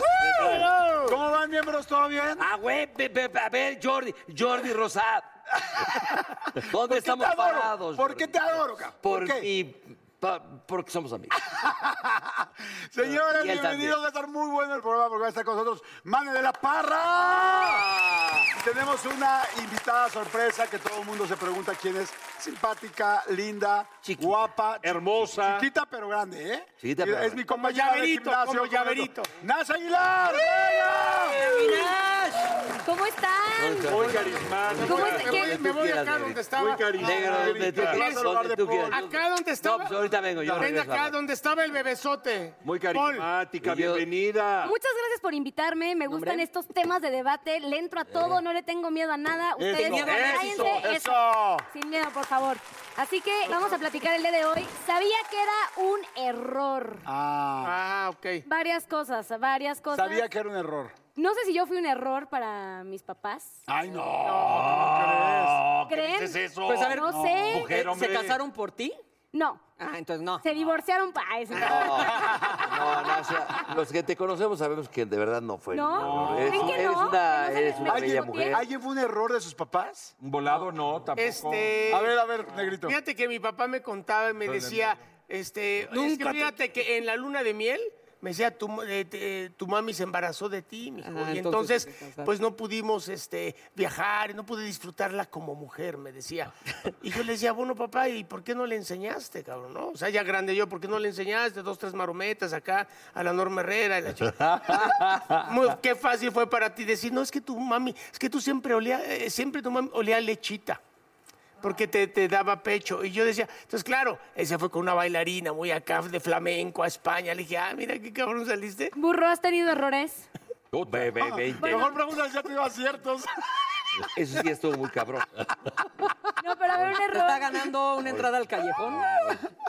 ¡Woo! ¿Cómo van, miembros? ¿Todo bien? Ah, güey, pe- pe- a ver, Jordi, Jordi Rosado. ¿Dónde ¿Por qué te estamos adoro? parados? ¿Por qué te adoro, ca? Por ¿Por qué? Ah, mi- pa- porque somos amigos. Señores, Y él bienvenidos. también. Va a estar muy bueno el programa porque va a estar con nosotros Mane de la Ah. Parra. Y Tenemos una invitada sorpresa que todo el mundo se pregunta quién es. Simpática, linda, Chiquita. guapa, chi- Hermosa. Chiquita pero grande, ¿eh? Chiquita, Y pero Es grande. mi compañera de llaverito, gimnasio. como llaverito. ¡Naz Aguilar! ¡Venga! ¿Cómo están? Muy carismática. ¿Cómo está? Me ¿Qué? voy, me voy quieras, acá negro. donde estaba. Muy cariñosa. Negro, donde tú Te vas a quieras, hablar donde de tú quieras. Paul. Acá donde estaba. No, pues ahorita vengo. Yo Ven regreso. acá donde estaba el bebesote. Muy Paul, carismática. Y yo- Bienvenida. Muchas gracias por invitarme, me gustan Hombre. estos temas de debate, le entro a todo, no le tengo miedo a Ah, nada. Ustedes Eso, cállense, eso, eso. eso. Sin miedo, por favor. Así que vamos a platicar el día de hoy. Sabía que era un error. Ah, Ah, ok. Varias cosas, varias cosas. sabía que era un error. No sé si yo fui un error para mis papás. ¡Ay, no! Ah. ¿Creen? Pues a ver, no sé. ¿se casaron por ti? No. Ah, entonces no. Ah, Se divorciaron para eso. No, no, o sea, los que te conocemos sabemos que de verdad no fue. No, ningún error. ¿creen Eres, que eres no? ¿Que no se les una, eres una metió bella el mujer. pie? ¿Alguien fue un error de sus papás? Un Volado no, tampoco. Este. A ver, a ver, negrito. Fíjate que mi papá me contaba y me decía, este, es que fíjate que en la luna de miel me decía tu, mo- eh, te- eh, tu mami se embarazó de ti, mijo, Ah, y entonces, entonces ¿qué pasa? pues no pudimos este viajar, no pude disfrutarla como mujer, me decía. Y yo le decía, bueno papá, ¿y por qué no le enseñaste, cabrón? no? O sea, ya grande yo, ¿por qué no le enseñaste dos tres marometas acá a la Norma Herrera y la chica? Muy- qué fácil fue para ti decir, no es que tu mami, es que tú siempre olía, eh, siempre tu mami olía a lechita porque te, te daba pecho. Y yo decía, entonces claro, ese fue con una bailarina muy acá de flamenco a España. Le dije, ah, mira qué cabrón saliste. Burro, ¿has tenido errores? Ve, ve, ve, ve. Mejor pregunta si ya te iba aciertos. Eso sí estuvo muy cabrón. No, pero a ver, un ¿Te está error ganando una entrada al callejón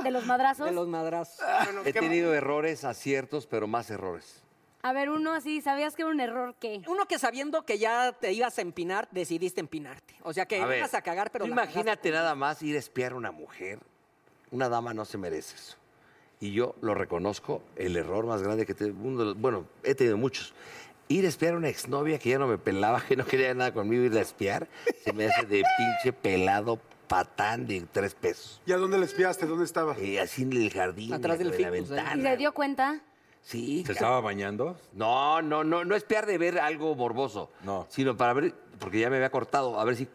de los madrazos. de los madrazos? Bueno, He qué- tenido errores, aciertos, pero más errores. A ver, uno así, ¿sabías que era un error qué? Uno que sabiendo que ya te ibas a empinar, decidiste empinarte. O sea que A ver, ibas a cagar, pero tú la imagínate nada más ir a espiar a una mujer. Una dama no se merece eso. Y yo lo reconozco, el error más grande que tengo. uno de los- Bueno, he tenido muchos. Ir a espiar a una exnovia que ya no me pelaba, que no quería nada conmigo, ir a espiar, se me hace de pinche pelado patán de tres pesos. ¿Y a dónde le espiaste? ¿Dónde estaba? Eh, así en el jardín, Atrás del de la ficus, ahí. ¿Y ventana. se dio cuenta? Sí, ¿Se estaba bañando? no, no, no, no espiar de ver algo morboso. No. Sino para ver, porque ya me había cortado, a ver si.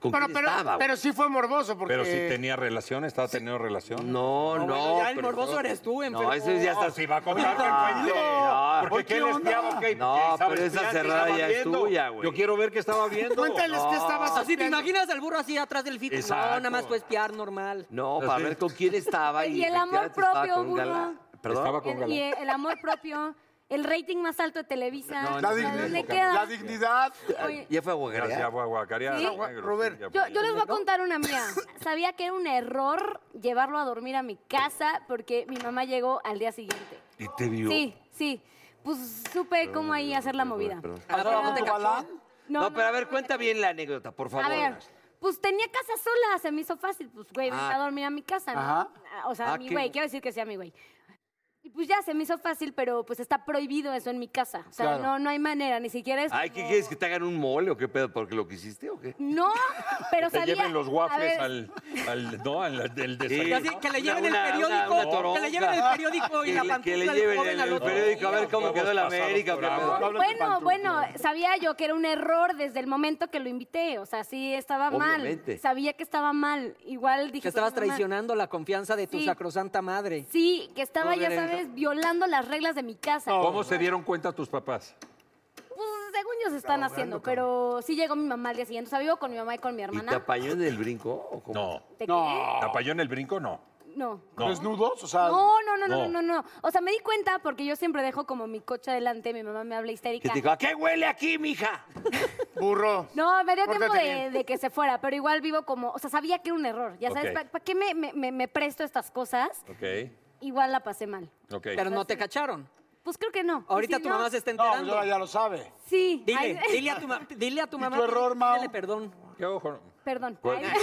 ¿Con Bueno, quién pero, estaba? güey. pero sí fue morboso porque... Pero si tenía relación, estaba teniendo relación. No, no. No, bueno, ya el pero morboso no. eres tú, No, enfermo. eso ya está. si va a contar No, que fue yo. no, Porque qué le espiaba, ok, No, que estaba pero esa espiando, cerrada estaba ya es viendo. tuya, güey. Yo quiero ver qué estaba viendo. Cuéntales qué Ah, estabas Así te espiando. imaginas al burro así atrás del ficus. Exacto. No, nada más fue espiar normal. No, para ver con quién estaba. Y el amor efectivamente estaba propio, con burro. Gala- Perdón. Estaba con El- galán. y el amor propio, el rating más alto de Televisa. No, O sea, no, La no, dignidad. ¿Dónde La queda? dignidad. Oye, Ya fue a Guagarea. Gracias, Guaguacaria. Sí. Robert. yo, yo les voy a contar una mía. Sabía que era un error llevarlo a dormir a mi casa porque mi mamá llegó al día siguiente. Y te vio. Sí, sí. Pues supe cómo ahí hacer la movida. Perdón. Agarraba, no te ¿Tu cachó. galán? No, pero a ver, cuenta bien la anécdota, por favor. A ver, Pues tenía casa sola, se me hizo fácil. Pues, güey, vente Ah. a dormir a mi casa, ¿no? Ajá. Ah, O sea, Ah, mi qué güey, bu- quiero decir que sea mi güey. Y pues ya se me hizo fácil, pero pues está prohibido eso en mi casa. O sea, Claro. no, no hay manera, ni siquiera es. Ay, ¿qué como- quieres? ¿Que te hagan un mole o qué pedo? ¿Porque lo que hiciste o qué? No, pero Te sabía. lleven los a waffles ver, al, al- No, al, al- del Y desayuno. así, que le Una- lleven una- el periódico, una- una que le lleven el toronja. periódico y Que la le- que pantufla le del lleven joven el- al el otro periódico, a día. ver cómo Huevos quedó la pasados América. por qué pedo. agua. Hablas de Bueno, pantufla. bueno, sabía yo que era un error desde el momento que lo invité. O sea, sí estaba Obviamente. mal. Sabía que estaba mal. Igual dije. Que estabas "Pues, no mames". traicionando la confianza de tu Sí. sacrosanta madre. Sí, que estaba, No, ya Verónica. sabes, violando las reglas de mi casa. Oh. ¿Cómo se dieron cuenta tus papás? Pues según ellos están haciendo, pero sí llegó mi mamá al día siguiente. O sea, vivo con mi mamá y con mi ¿Y te hermana. apañó en el brinco? o cómo? No. ¿Te No. ¿Te apañó en el brinco? No. qué? No. No. ¿Desnudos? O Ah. sea, No, no, no, no, No. no, no, no. O sea, me di cuenta porque yo siempre dejo como mi coche adelante, mi mamá me habla Que histérica. te dijo, ¿a qué huele aquí, mija? Burro. No, me dio tiempo Pórtate de, bien. de que se fuera, pero igual vivo como, o sea, sabía que era un error. Ya sabes, Ok. ¿para qué me, me- me- me presto estas cosas? Ok. Igual la pasé mal. Ok. Pero no te cacharon. Pues creo que no. Y Ahorita si tu no, mamá se está No, pues enterando. ahora ya lo sabe. Sí. Dile, Ay, dile a tu, ma- dile a tu mamá. tu error, Mao? Dile perdón. ¿Qué ojo? Perdón. ¿Cuál? Ay,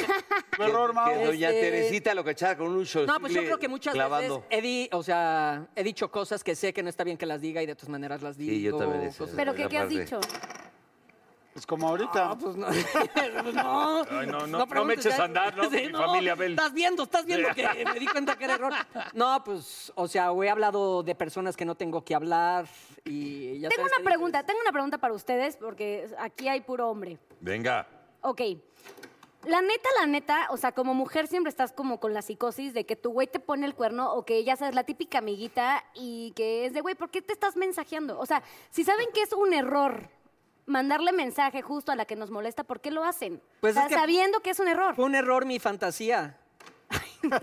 Tu error, Que- Mau. Que doña Este- Teresita lo cachaba con un short. No, pues yo creo que muchas clavando. veces he, di- o sea, he dicho cosas que sé que no está bien que las diga y de todas maneras las digo. Sí, yo también esa- cosas- Pero Esa ¿qué, qué has parte. dicho? Pues como Ah, ahorita. No, pues no. Pues no, Ay, no, no, no me preguntes, ¿eh? eches a andar, ¿no? Mi familia, Abel. Estás viendo, estás viendo que me di cuenta que era error. No, pues, o sea, o he hablado de personas que no tengo que hablar y ya Tengo sabes, una te pregunta, dices, tengo una pregunta para ustedes porque aquí hay puro hombre. Venga. Ok. La neta, la neta, o sea, como mujer siempre estás como con la psicosis de que tu güey te pone el cuerno o que ya sabes, la típica amiguita y que es de, güey, ¿por qué te estás mensajeando? O sea, si saben que es un error mandarle mensaje justo a la que nos molesta, ¿por qué lo hacen? Pues O sea, es que- sabiendo que es un error. Fue un error mi fantasía.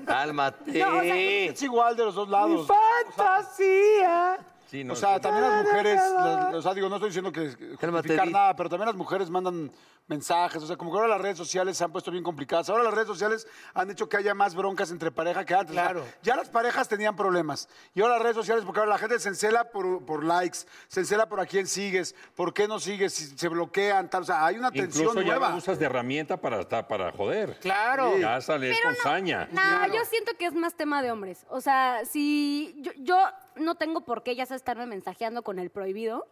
Cálmate. No, o sea, Es igual de los dos lados. ¡Fantasía! Sí, no, O sea, sí. también las mujeres, las- o sea, digo, no estoy diciendo que justificar Di. nada, pero también las mujeres mandan mensajes, o sea, como que ahora las redes sociales se han puesto bien complicadas. Ahora las redes sociales han hecho que haya más broncas entre pareja que antes. O sea, Claro. ya las parejas tenían problemas. Y ahora las redes sociales, porque ahora la gente se encela por, por likes, se encela por a quién sigues, por qué no sigues, si se bloquean, tal. O sea, hay una tensión Incluso ya nueva. lo usas de herramienta para, hasta para joder. Claro. Ya sales con saña. No, yo siento que es más tema de hombres. O sea, si yo, yo no tengo por qué ya sabes, estarme mensajeando con el prohibido,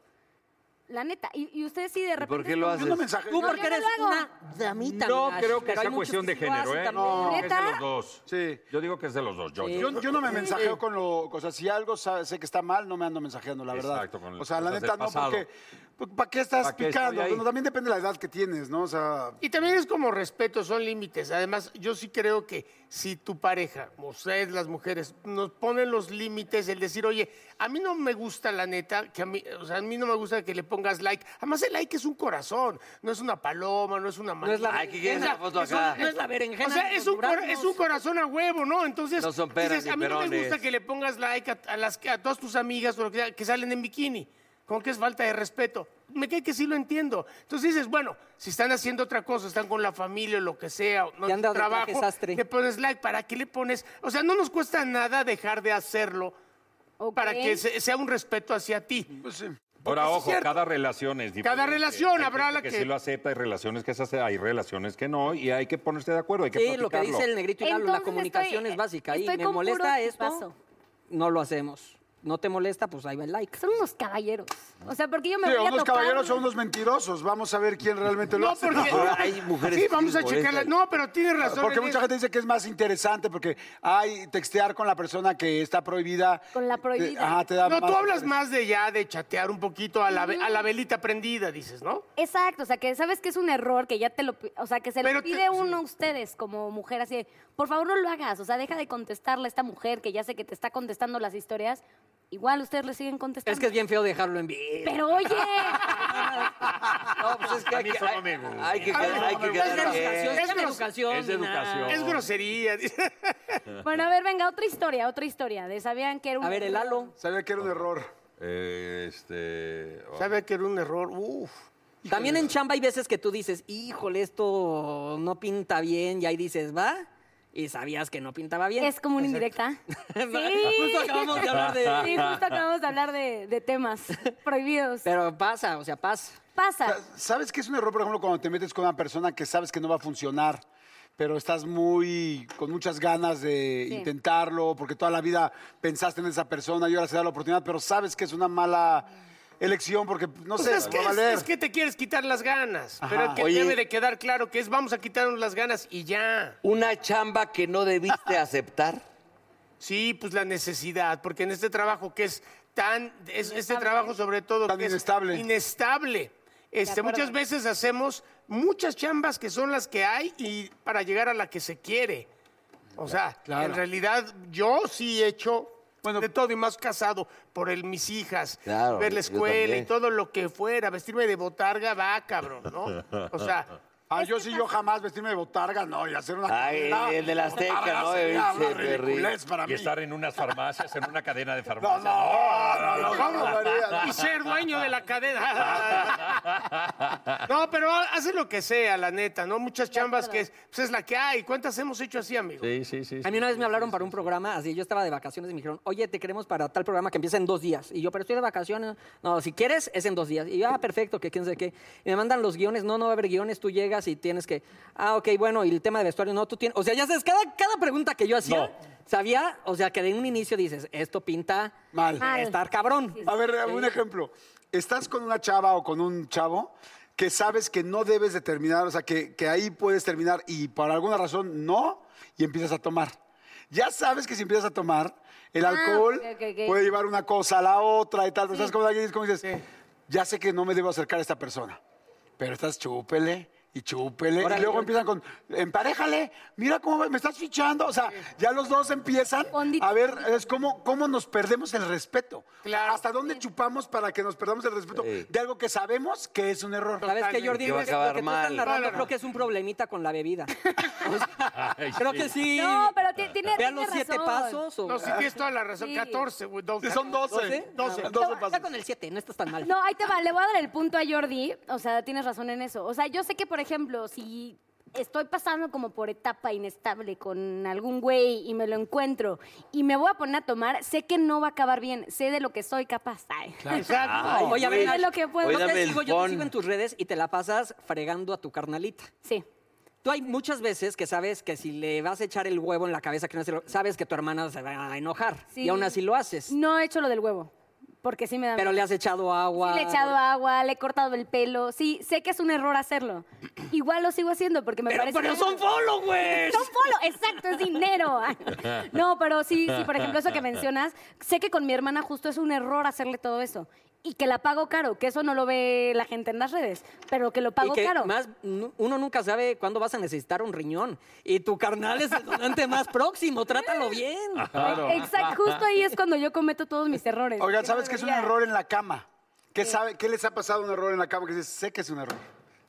la neta. Y, y ustedes sí de repente... por qué es lo como- haces? Yo no mensaje- Tú No, porque yo no eres lo hago. una damita. No Nash, creo que pero sea hay cuestión de muchos que sí lo género, hacen ¿eh? también. Creo que es de ¿Neta? los dos. Sí. Yo digo que es de los dos. Yo, yo. Yo, yo no me mensajeo con lo. O sea, si algo sa- sé que está mal, no me ando mensajeando, la verdad. Exacto, con o sea, la cosas neta del no, pasado. porque. ¿Para qué estás ¿Pa' qué estoy picando? ahí? Bueno, también depende de la edad que tienes, ¿no? O sea. Y también es como respeto, son límites. Además, yo sí creo que si tu pareja, ustedes las mujeres, nos ponen los límites, el decir, oye, a mí no me gusta la neta, que a mí, o sea, a mí no me gusta que le pongas like. Además, el like es un corazón, no es una paloma, no es una mano. No es la Ay, ¿qué quieres la foto es una- acá? no es la berenjena. O sea, ni es los un, cor- duraznos. es un corazón a huevo, ¿no? Entonces, No son peras dices, ni a mí no me perones. gusta que le pongas like a, a las, a todas tus amigas o lo que, sea, que salen en bikini. Como que es falta de respeto. Me cae que sí lo entiendo. Entonces dices, bueno, si están haciendo otra cosa, están con la familia o lo que sea, o no Y andas de traje trabajo, sastre. le pones like. ¿Para qué le pones? O sea, no nos cuesta nada dejar de hacerlo Ok. para que se- sea un respeto hacia ti. Pues Ahora, Porque sí es ojo, cierto. cada relación es diferente. Cada relación, Hay habrá gente la que, que- sí lo acepta, hay relaciones que se hace, hay relaciones que no, y hay que ponerse de acuerdo, hay que Sí, lo que platicarlo. dice el negrito y Lalo, Entonces, la comunicación estoy- es básica. Y estoy me con molesta puro esto, tipazo. no lo hacemos. No te molesta, pues ahí va el like. Son unos caballeros. O sea, porque yo me Sí, voy a unos topar- caballeros son unos mentirosos. Vamos a ver quién realmente lo No, hace. porque. Ahora hay mujeres sí, que vamos sí a checarla. molestan. No, pero tienes razón. Porque en mucha eso. gente dice que es más interesante porque hay textear con la persona que está prohibida. Con la Te- prohibida. Ajá, te da No, tú hablas interés. más de ya, de chatear un poquito a la, ve- a la velita prendida, dices, ¿no? Exacto, o sea, que sabes que es un error, que ya te lo... pi- O sea, que se Pero lo te- pide uno a ustedes como mujer, así de, por favor no lo hagas, o sea, deja de contestarle a esta mujer que ya sé que te está contestando las historias. Igual ustedes le siguen contestando. Es que es bien feo dejarlo en vivo. Pero oye, No, pues es que A hay mí que, eso no hay- me gusta. hay que A mí eso quedar, no hay me que gusta. quedar Es bien. Es educación, es educación. es de ni nada. educación. Es grosería. dice. bueno, a ver, venga, otra historia, otra historia, de sabían que era un... A ver, el error. halo. Sabía que era un error. Eh, este. oh, Sabe que era un error. Uf. También en chamba hay veces que tú dices, híjole, esto no pinta bien, y ahí dices, va, y sabías que no pintaba bien. Es como una indirecta. sí. Justo acabamos de hablar de- Sí, justo acabamos de hablar de, de temas prohibidos. Pero pasa, o sea, pasa. Pasa. ¿Sabes qué es un error, por ejemplo, cuando te metes con una persona que sabes que no va a funcionar, pero estás muy con muchas ganas de Sí. intentarlo, porque toda la vida pensaste en esa persona y ahora se da la oportunidad, pero sabes que es una mala elección porque no Pues sé, es, no que, va a es- valer. es que te quieres quitar las ganas. Pero es que Oye. debe de quedar claro que es vamos a quitarnos las ganas y ya. Una chamba que no debiste aceptar. Sí, pues la necesidad, porque en este trabajo que es tan, es- este trabajo sobre todo Tan que es inestable. inestable. Este, acuerdo. muchas veces hacemos muchas chambas que son las que hay y para llegar a la que se quiere. O sea, Claro. en realidad yo sí he hecho Bueno, de todo y más casado por el mis hijas, Claro, ver la yo escuela y también. todo lo que fuera, vestirme de botarga va, cabrón, ¿no? O sea, Ah, yo sí, yo jamás vestirme de botarga, no, y hacer una Ay, comida, el de la Azteca, botarga ¿no? sería Ese una perri- ridiculez para Y mí. estar en unas farmacias, en una cadena de No, no, farmacias. no, no, no, no, María, y no. ser dueño de la cadena. No, pero hace lo que sea, la neta, ¿no? Muchas chambas que es, pues es la que hay. ¿Cuántas hemos hecho así, amigo? Sí, sí, sí. A mí una vez me hablaron para un programa, así yo estaba de vacaciones y me dijeron, oye, te queremos para tal programa que empieza en dos días. Y yo, pero estoy de vacaciones. No, si quieres, es en dos días. Y yo, ah, perfecto, que quién sabe qué. Y me mandan los guiones, no, no va a haber guiones, tú llegas y tienes que, ah, ok, bueno, y el tema de vestuario, no, tú tienes. O sea, ya sabes, cada, cada pregunta que yo hacía, No. sabía, o sea, que de un inicio dices, esto pinta Mal. a estar cabrón. A ver, un ejemplo. Estás con una chava o con un chavo que sabes que no debes de terminar, o sea, que, que ahí puedes terminar y por alguna razón no, y empiezas a tomar. Ya sabes que si empiezas a tomar, el Ah, alcohol ok, ok, ok. puede llevar una cosa a la otra y tal. Estás como alguien como dices, ya sé que no me debo acercar a esta persona, pero estás chúpele y chúpele. y luego empiezan con, emparejale, mira cómo me- me estás fichando. O sea, ya los dos empiezan Ondita. a ver es como, cómo nos perdemos el respeto. Claro. ¿Hasta dónde chupamos para que nos perdamos el respeto Sí. de algo que sabemos que es un error? Sabes que Jordi, Que va a lo que, acabar lo que tú mal. estás narrando No, no, no. creo que es un problemita con la bebida. O sea, Ay, creo sí. que sí. No, pero ti- tiene, Vean tiene los siete razón. pasos. O... No, sí tienes toda la razón. Sí. 14, güey. no, Son 12. 12. 12, Ah, doce está pasos. con el 7, no estás tan mal. No, ahí te va, le voy a dar el punto a Jordi. O sea, tienes razón en eso. O sea, yo sé que, por ejemplo, si estoy pasando como por etapa inestable con algún güey y me lo encuentro y me voy a poner a tomar, sé que no va a acabar bien. Sé de lo que soy capaz. Ay. Exacto. Oye, a ver, Dime lo que puedo. Oye, no dame te el sigo, yo te phone. sigo en tus redes y te la pasas fregando a tu carnalita. Sí. Tú hay muchas veces que sabes que si le vas a echar el huevo en la cabeza, que no se lo- sabes que tu hermana se va a enojar. Sí. Y aún así lo haces. No he hecho lo del huevo, porque sí me da Pero le has echado Sí, agua. Ah, le he echado agua, le he cortado el pelo. Sí, sé que es un error hacerlo. Igual lo sigo haciendo porque me Pero, parece. pero que- son followers. Son follow, exacto, es dinero. No, pero sí, sí, por ejemplo, eso que mencionas, sé que con mi hermana justo es un error hacerle todo eso. Y que la pago caro, que eso no lo ve la gente en las redes, pero que lo pago y que caro. más nu- uno nunca sabe cuándo vas a necesitar un riñón. Y tu carnal es el donante más próximo, trátalo bien. Exacto, justo ahí es cuando yo cometo todos mis errores. Oigan, no ¿sabes que es un debería. error en la cama? ¿Qué, sabe, ¿Qué les ha pasado un error en la cama? Que dices, sé que es un error.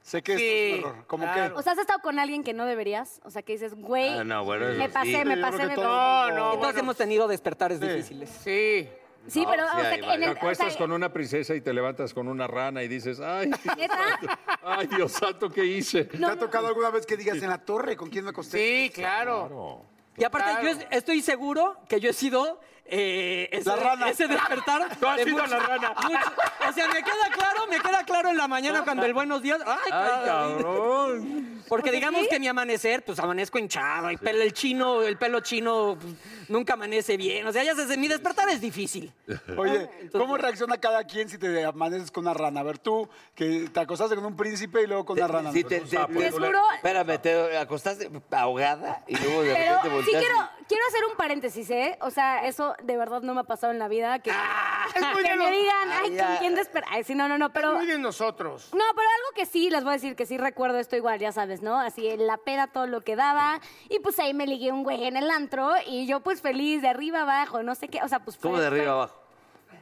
Sé que esto es Sí, un error. Como claro. que... O sea, has estado con alguien que no deberías, o sea, que dices, güey, Ah, no, bueno, eso me sí. pasé, Sí, me yo pasé, creo me pasé. que No, no. Todos bueno, hemos tenido despertares difíciles. Sí. Sí, No, pero sí, o sea, ahí que va. en Te Te el, o acuestas sea, eh, con una princesa y te levantas con una rana y dices, ay, ¿neta? ay, Dios santo, ¿qué hice? ¿Te ha tocado alguna vez que digas en la torre con quién me acosté? Sí, claro. Y aparte, yo es- estoy seguro que yo he sido eh, ese, La rana. ese despertar. Tú has de sido muchos- la rana. muchos- o sea, me queda claro, me queda claro en la mañana cuando el buenos días. ¡Ay, Ay, cabrón! cabrón. Porque digamos que mi amanecer, pues amanezco hinchado. Y pel- el chino, el pelo chino pues, nunca amanece bien. O sea, ya se, mi despertar es difícil. Oye, ¿cómo reacciona cada quien si te amaneces con una rana? A ver, tú, que te acostaste con un príncipe y luego con una rana. Sí, te, te- sapo. Te juro- Espérame, te acostaste ahogada y luego de Pero repente sí volteaste. quiero, quiero hacer un paréntesis, ¿eh? O sea, eso de verdad no me ha pasado en la vida. Que, Es muy que de me lo- digan, Ah, ay, ya. ¿con quién despertar? Ay, sí, no, no, no, es pero... muy de nosotros. No, pero algo que sí, les voy a decir que sí recuerdo esto igual, ya sabes, ¿no? Así en la peda todo lo que daba. Y pues ahí me ligué un güey en el antro y yo pues feliz, de arriba abajo, no sé qué. O sea, pues... fue- ¿Cómo de arriba abajo?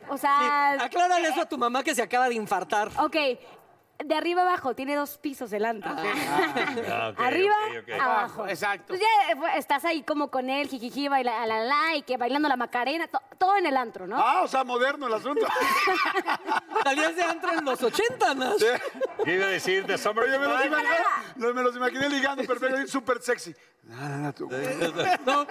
O sea... eh, Aclárale eso a tu mamá que se acaba de infartar. Ok, de arriba abajo, tiene dos pisos el antro. Ah, ok, arriba, ok, ok. abajo. Exacto. Pues ya eh, fue- estás ahí como con él, jijiji, baila, la, la, la, y que bailando la macarena, to- todo en el antro, ¿no? Ah, o sea, moderno el asunto. Salías de antro en los 80, ¿no? Yo iba a decir, The Summer Oye, me los, Band. imaginé, me los imaginé ligando perfecto, súper sexy. No.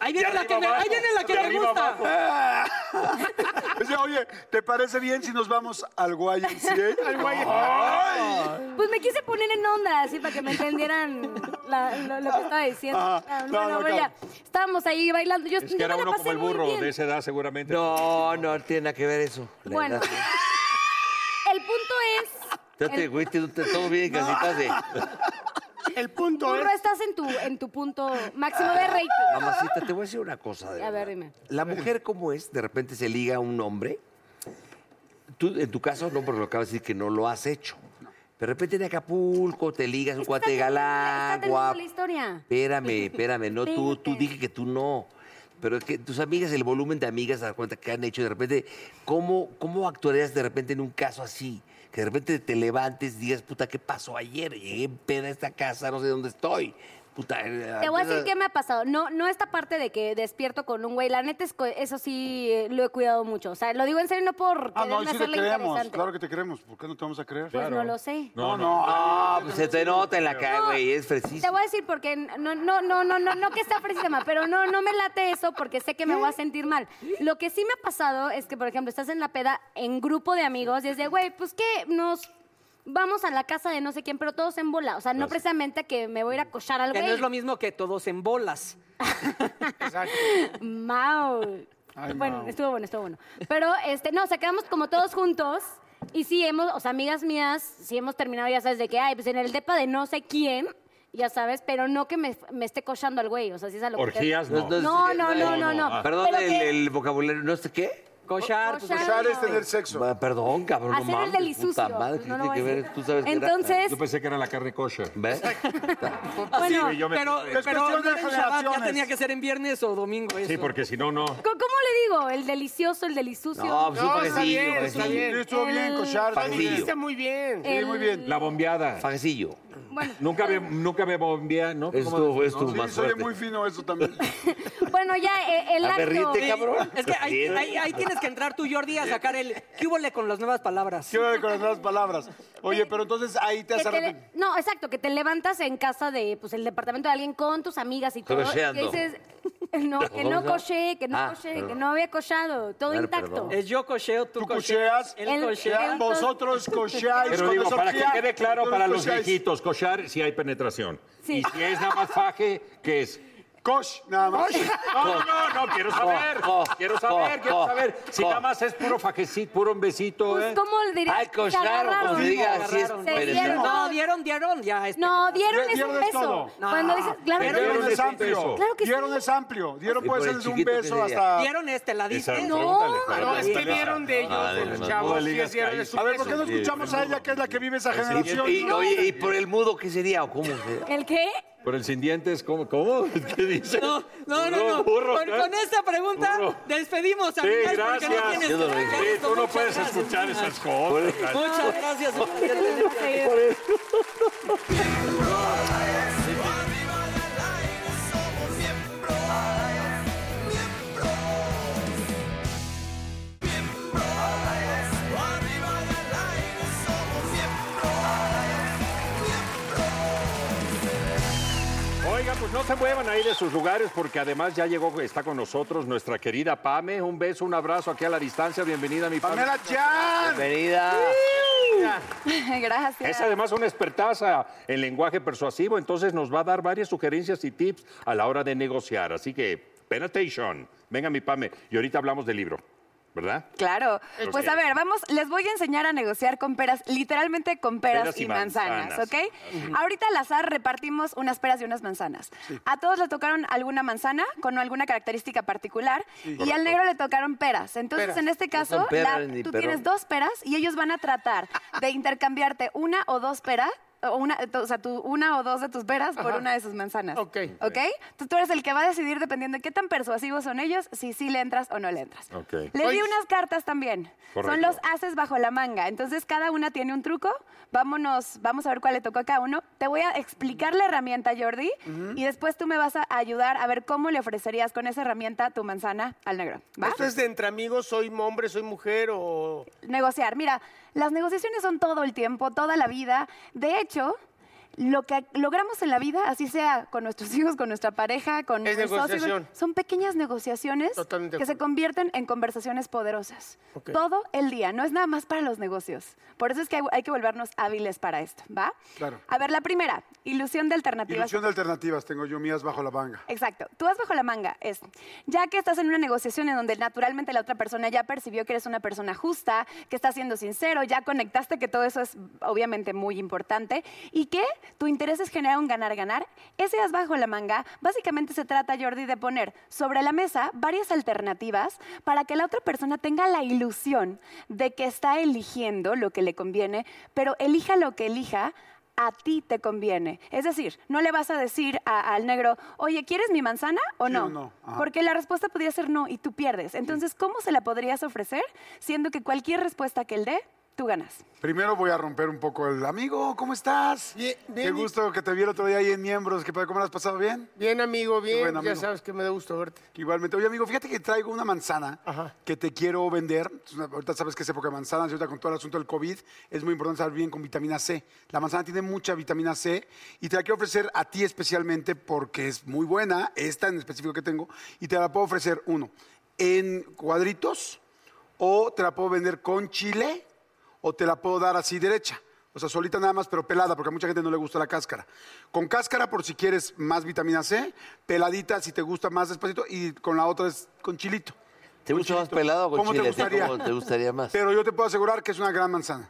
Ahí viene la que me, ahí viene la que me gusta. Dice, oye, ¿te parece bien si nos vamos al YMCA? al Ah, Pues me quise poner en onda, así para que me entendieran la- lo, lo que estaba diciendo. Ah, Ah, no, bueno, no, pero claro. ya, estábamos ahí bailando. Yo, Es yo que era me la uno pasé como el muy burro bien. de esa edad, seguramente. No, no tiene nada que ver eso. la Bueno. edad, ¿eh? El punto es, Fíjate, güey, te- te- todo bien en casitas de. El punto es... burro, estás en tu, en tu punto máximo de rating. Mamacita, te voy a decir una cosa. De A ver, verdad. dime. La mujer, ¿cómo es? De repente se liga a un hombre. Tú, en tu caso, no, porque lo acabas de decir que no lo has hecho. De repente en Acapulco te ligas un cuate de galán, Está guapo. la historia. Ah, Espérame, espérame, no tú, tú Espérate. dije que tú no. Pero es que tus amigas, el volumen de amigas, dar cuenta que han hecho de repente, ¿cómo, ¿cómo actuarías de repente en un caso así? Que de repente te levantes y digas, puta, ¿qué pasó ayer? Llegué en peda a esta casa, no sé dónde estoy. Puta, eh, Te voy a decir qué me ha pasado. No, no esta parte de que despierto con un güey. La neta es que eso sí eh, lo he cuidado mucho. O sea, lo digo en serio no por Ah, no, quererme y sí te hacerle creemos. interesante. Claro que te creemos. ¿Por qué no te vamos a creer? Pues no lo sé. No, no. Ah, pues se te nota en la cara, güey, es fresísimo. Te voy a decir porque no, no, no, no, no, no que está fresísima, pero no, no me late eso porque sé que me voy a sentir mal. Lo que sí me ha pasado es que, por ejemplo, estás en la peda en grupo de amigos y es de, güey, pues que nos vamos a la casa de no sé quién, pero todos en bola. O sea, no precisamente que me voy a ir a cochar al Que güey. no es lo mismo que todos en bolas. Mau. bueno, estuvo bueno, estuvo bueno. Pero, este, no, o sea, quedamos como todos juntos. Y sí hemos, o sea, amigas mías, sí hemos terminado, ya sabes, de que, ay, pues en el depa de no sé quién, ya sabes, pero no que me, me esté cochando al güey, o sea, sí es a lo que... te- Orgías, no. No, No, no, no, no, No, no, no. ah. Perdón Pero el, que el vocabulario, ¿no sé qué? Cochar. Cochar, pues, Cochar es no. tener sexo. Ah, Perdón, cabrón, no Hacer el mames, delisucio. puta madre, pues, ¿qué no lo tiene que voy a ver? decir. Tú sabes que era- Entonces, Yo pensé que era la carne kosher. ¿Ves? bueno, Ah, yo me- Pero, pero Es cuestión de no en Shabbat, ya generaciones. tenía que ser en viernes o domingo eso. Sí, porque si no, no. ¿co- ¿cómo le digo? El delicioso, el delisucio. No, pues un No, está pajecillo, bien, está pajecillo. Sí, bien. estuvo bien, El- cochar. Lo Facilillo. dijiste muy bien. Sí, muy bien. La bombeada. Pajecillo. Bueno, Nunca me, nunca me bombea, ¿no? Eso ¿Cómo estuvo- decir, estuvo no? más Sí, se oye fuerte. muy fino eso también. bueno, ya eh, el A ver, acto... ríete, cabrón. Es que ahí, ahí- ahí tienes que entrar tú, Jordi, a sacar el ¿Qué hubo le con las nuevas palabras? Quiero reconocer las palabras. Oye, pero entonces ahí te que has te le- arrepentido. no, exacto, que te levantas en casa de, pues, el departamento de alguien con tus amigas y todo. Crocheando. Y dices, no, que no ¿Cómo se llama? coché, que no Ah, coché, perdón. que no había cochado, todo Claro, intacto. perdón. Es yo cocheo, tú, Tú cocheas. cocheas, él él- cochea. él- Vosotros cocheáis. Pero cuando digo, es para que orgía, quede claro para los cocheáis. viejitos, cochar si hay penetración. Sí. Y si es nada más faje, ¿qué es? Cosh, nada más. No, no, Oh, no, quiero saber. Oh, oh, Quiero saber, oh, quiero oh, saber. Si oh. nada más es puro fajecito, puro un besito, Pues, ¿eh? ¿cómo le dirías? Ay, Se cochar, o como agarraron. se diga, así es. agarraron. Se penetración. dieron. No, dieron, dieron, ya. es- No, dieron es un Pierdes todo. beso. No. Cuando dices, claro, Pero que Dieron no. Pierdes es un amplio. beso. Claro que sí. Dieron es amplio. Dieron Y puede por ser el desde un chiquito que beso sería. hasta. Dieron este, la diste. Exacto, No. pregúntale, pregúntale. No, es que vieron de ellos, de los chavos. no, Sí, es cierto, es un A ver, ¿por qué beso. no escuchamos a ella, que es la que vive esa generación? Y, y- oye, ¿y por el mudo qué sería o cómo sería? ¿El qué? Por el sin dientes, ¿cómo? ¿Cómo? ¿Qué dice? No, no, no. Burro, no. burro, con, ¿eh? con esta pregunta Burro. despedimos a Sí, Miguel porque no gracias. tienes Yo no lo que- dije. Sí, tú no Muchas puedes gracias. escuchar esas cosas. Muchas gracias. Oigan, pues no se muevan ahí de sus lugares porque además ya llegó, está con nosotros nuestra querida Pame. Un beso, un abrazo aquí a la distancia. Bienvenida, mi Pame. Pamela Chan. Bienvenida. Es además una expertaza en lenguaje persuasivo, entonces nos va a dar varias sugerencias y tips a la hora de negociar. Así que, penetration. Venga, mi Pame. Y ahorita hablamos del libro, ¿verdad? Claro. Los Pues que- a ver, vamos, les voy a enseñar a negociar con peras, literalmente con peras, Peras y y, manzanas, manzanas. ¿ok? Ahorita al azar repartimos unas peras y unas manzanas. A todos le tocaron alguna manzana con alguna característica particular y al negro le tocaron peras. Entonces, en este caso, son peras la- ni tú perones. tienes dos peras y ellos van a tratar de intercambiarte una o dos peras. O, una, o sea, tú- una o dos de tus peras por una de sus manzanas. Ok. ¿Ok? Entonces, tú eres el que va a decidir, dependiendo de qué tan persuasivos son ellos, si sí le entras o no le entras. Ok. Les di Oye. unas cartas también. Correcto. Son los haces bajo la manga. Entonces cada una tiene un truco. Vámonos, vamos a ver cuál le tocó a cada uno. Te voy a explicar la herramienta, Jordi, y después tú me vas a ayudar a ver cómo le ofrecerías con esa herramienta tu manzana al negro. ¿Va? ¿Esto es de entre amigos? ¿Soy hombre, soy mujer o...? Negociar. Mira, las negociaciones son todo el tiempo, toda la vida. De hecho, Lo que logramos en la vida, así sea con nuestros hijos, con nuestra pareja, con Es nuestros socios, negociación. son pequeñas negociaciones Totalmente de que se acuerdo. convierten en conversaciones poderosas. Ok. Todo el día, no es nada más para los negocios. Por eso es que hay, hay que volvernos hábiles para esto, ¿va? Claro. A ver, la primera, ilusión de alternativas. Ilusión de alternativas tengo yo mías bajo la manga. Exacto. Tú vas bajo la manga. Es, ya que estás en una negociación en donde naturalmente la otra persona ya percibió que eres una persona justa, que estás siendo sincero, ya conectaste que todo eso es obviamente muy importante y que tu interés es generar un ganar-ganar, ese es bajo la manga. Básicamente se trata, Jordi, de poner sobre la mesa varias alternativas para que la otra persona tenga la ilusión de que está eligiendo lo que le conviene, pero elija lo que elija, a ti te conviene. Es decir, no le vas a decir a- al negro, oye, ¿quieres mi manzana o Sí no? o no, ajá. Porque la respuesta podría ser no y tú pierdes. Entonces, ¿cómo se la podrías ofrecer siendo que cualquier respuesta que él dé, tú ganas? Primero voy a romper un poco el amigo, ¿cómo estás? Bien, Qué bien. gusto que te vi el otro día ahí en Miembros, ¿qué pa- ¿cómo lo has pasado bien? Bien, amigo, bien. buen amigo. Ya sabes que me da gusto verte. Igualmente. Oye, amigo, fíjate que traigo una manzana Ajá. que te quiero vender. Es una- Ahorita sabes que es época de manzanas, y ahorita con todo el asunto del COVID, es muy importante estar bien con vitamina C. La manzana tiene mucha vitamina C y te la quiero ofrecer a ti especialmente porque es muy buena, esta en específico que tengo, y te la puedo ofrecer, uno, en cuadritos, o te la puedo vender con chile, o te la puedo dar así derecha. O sea, solita nada más, pero pelada, porque a mucha gente no le gusta la cáscara. Con cáscara por si quieres más vitamina C, peladita si te gusta más despacito, y con la otra es con chilito. ¿Te Con gusta más chilito. pelado o con ¿Cómo chile? Te ¿A ti gustaría? cómo te gustaría más? Pero yo te puedo asegurar que es una gran manzana.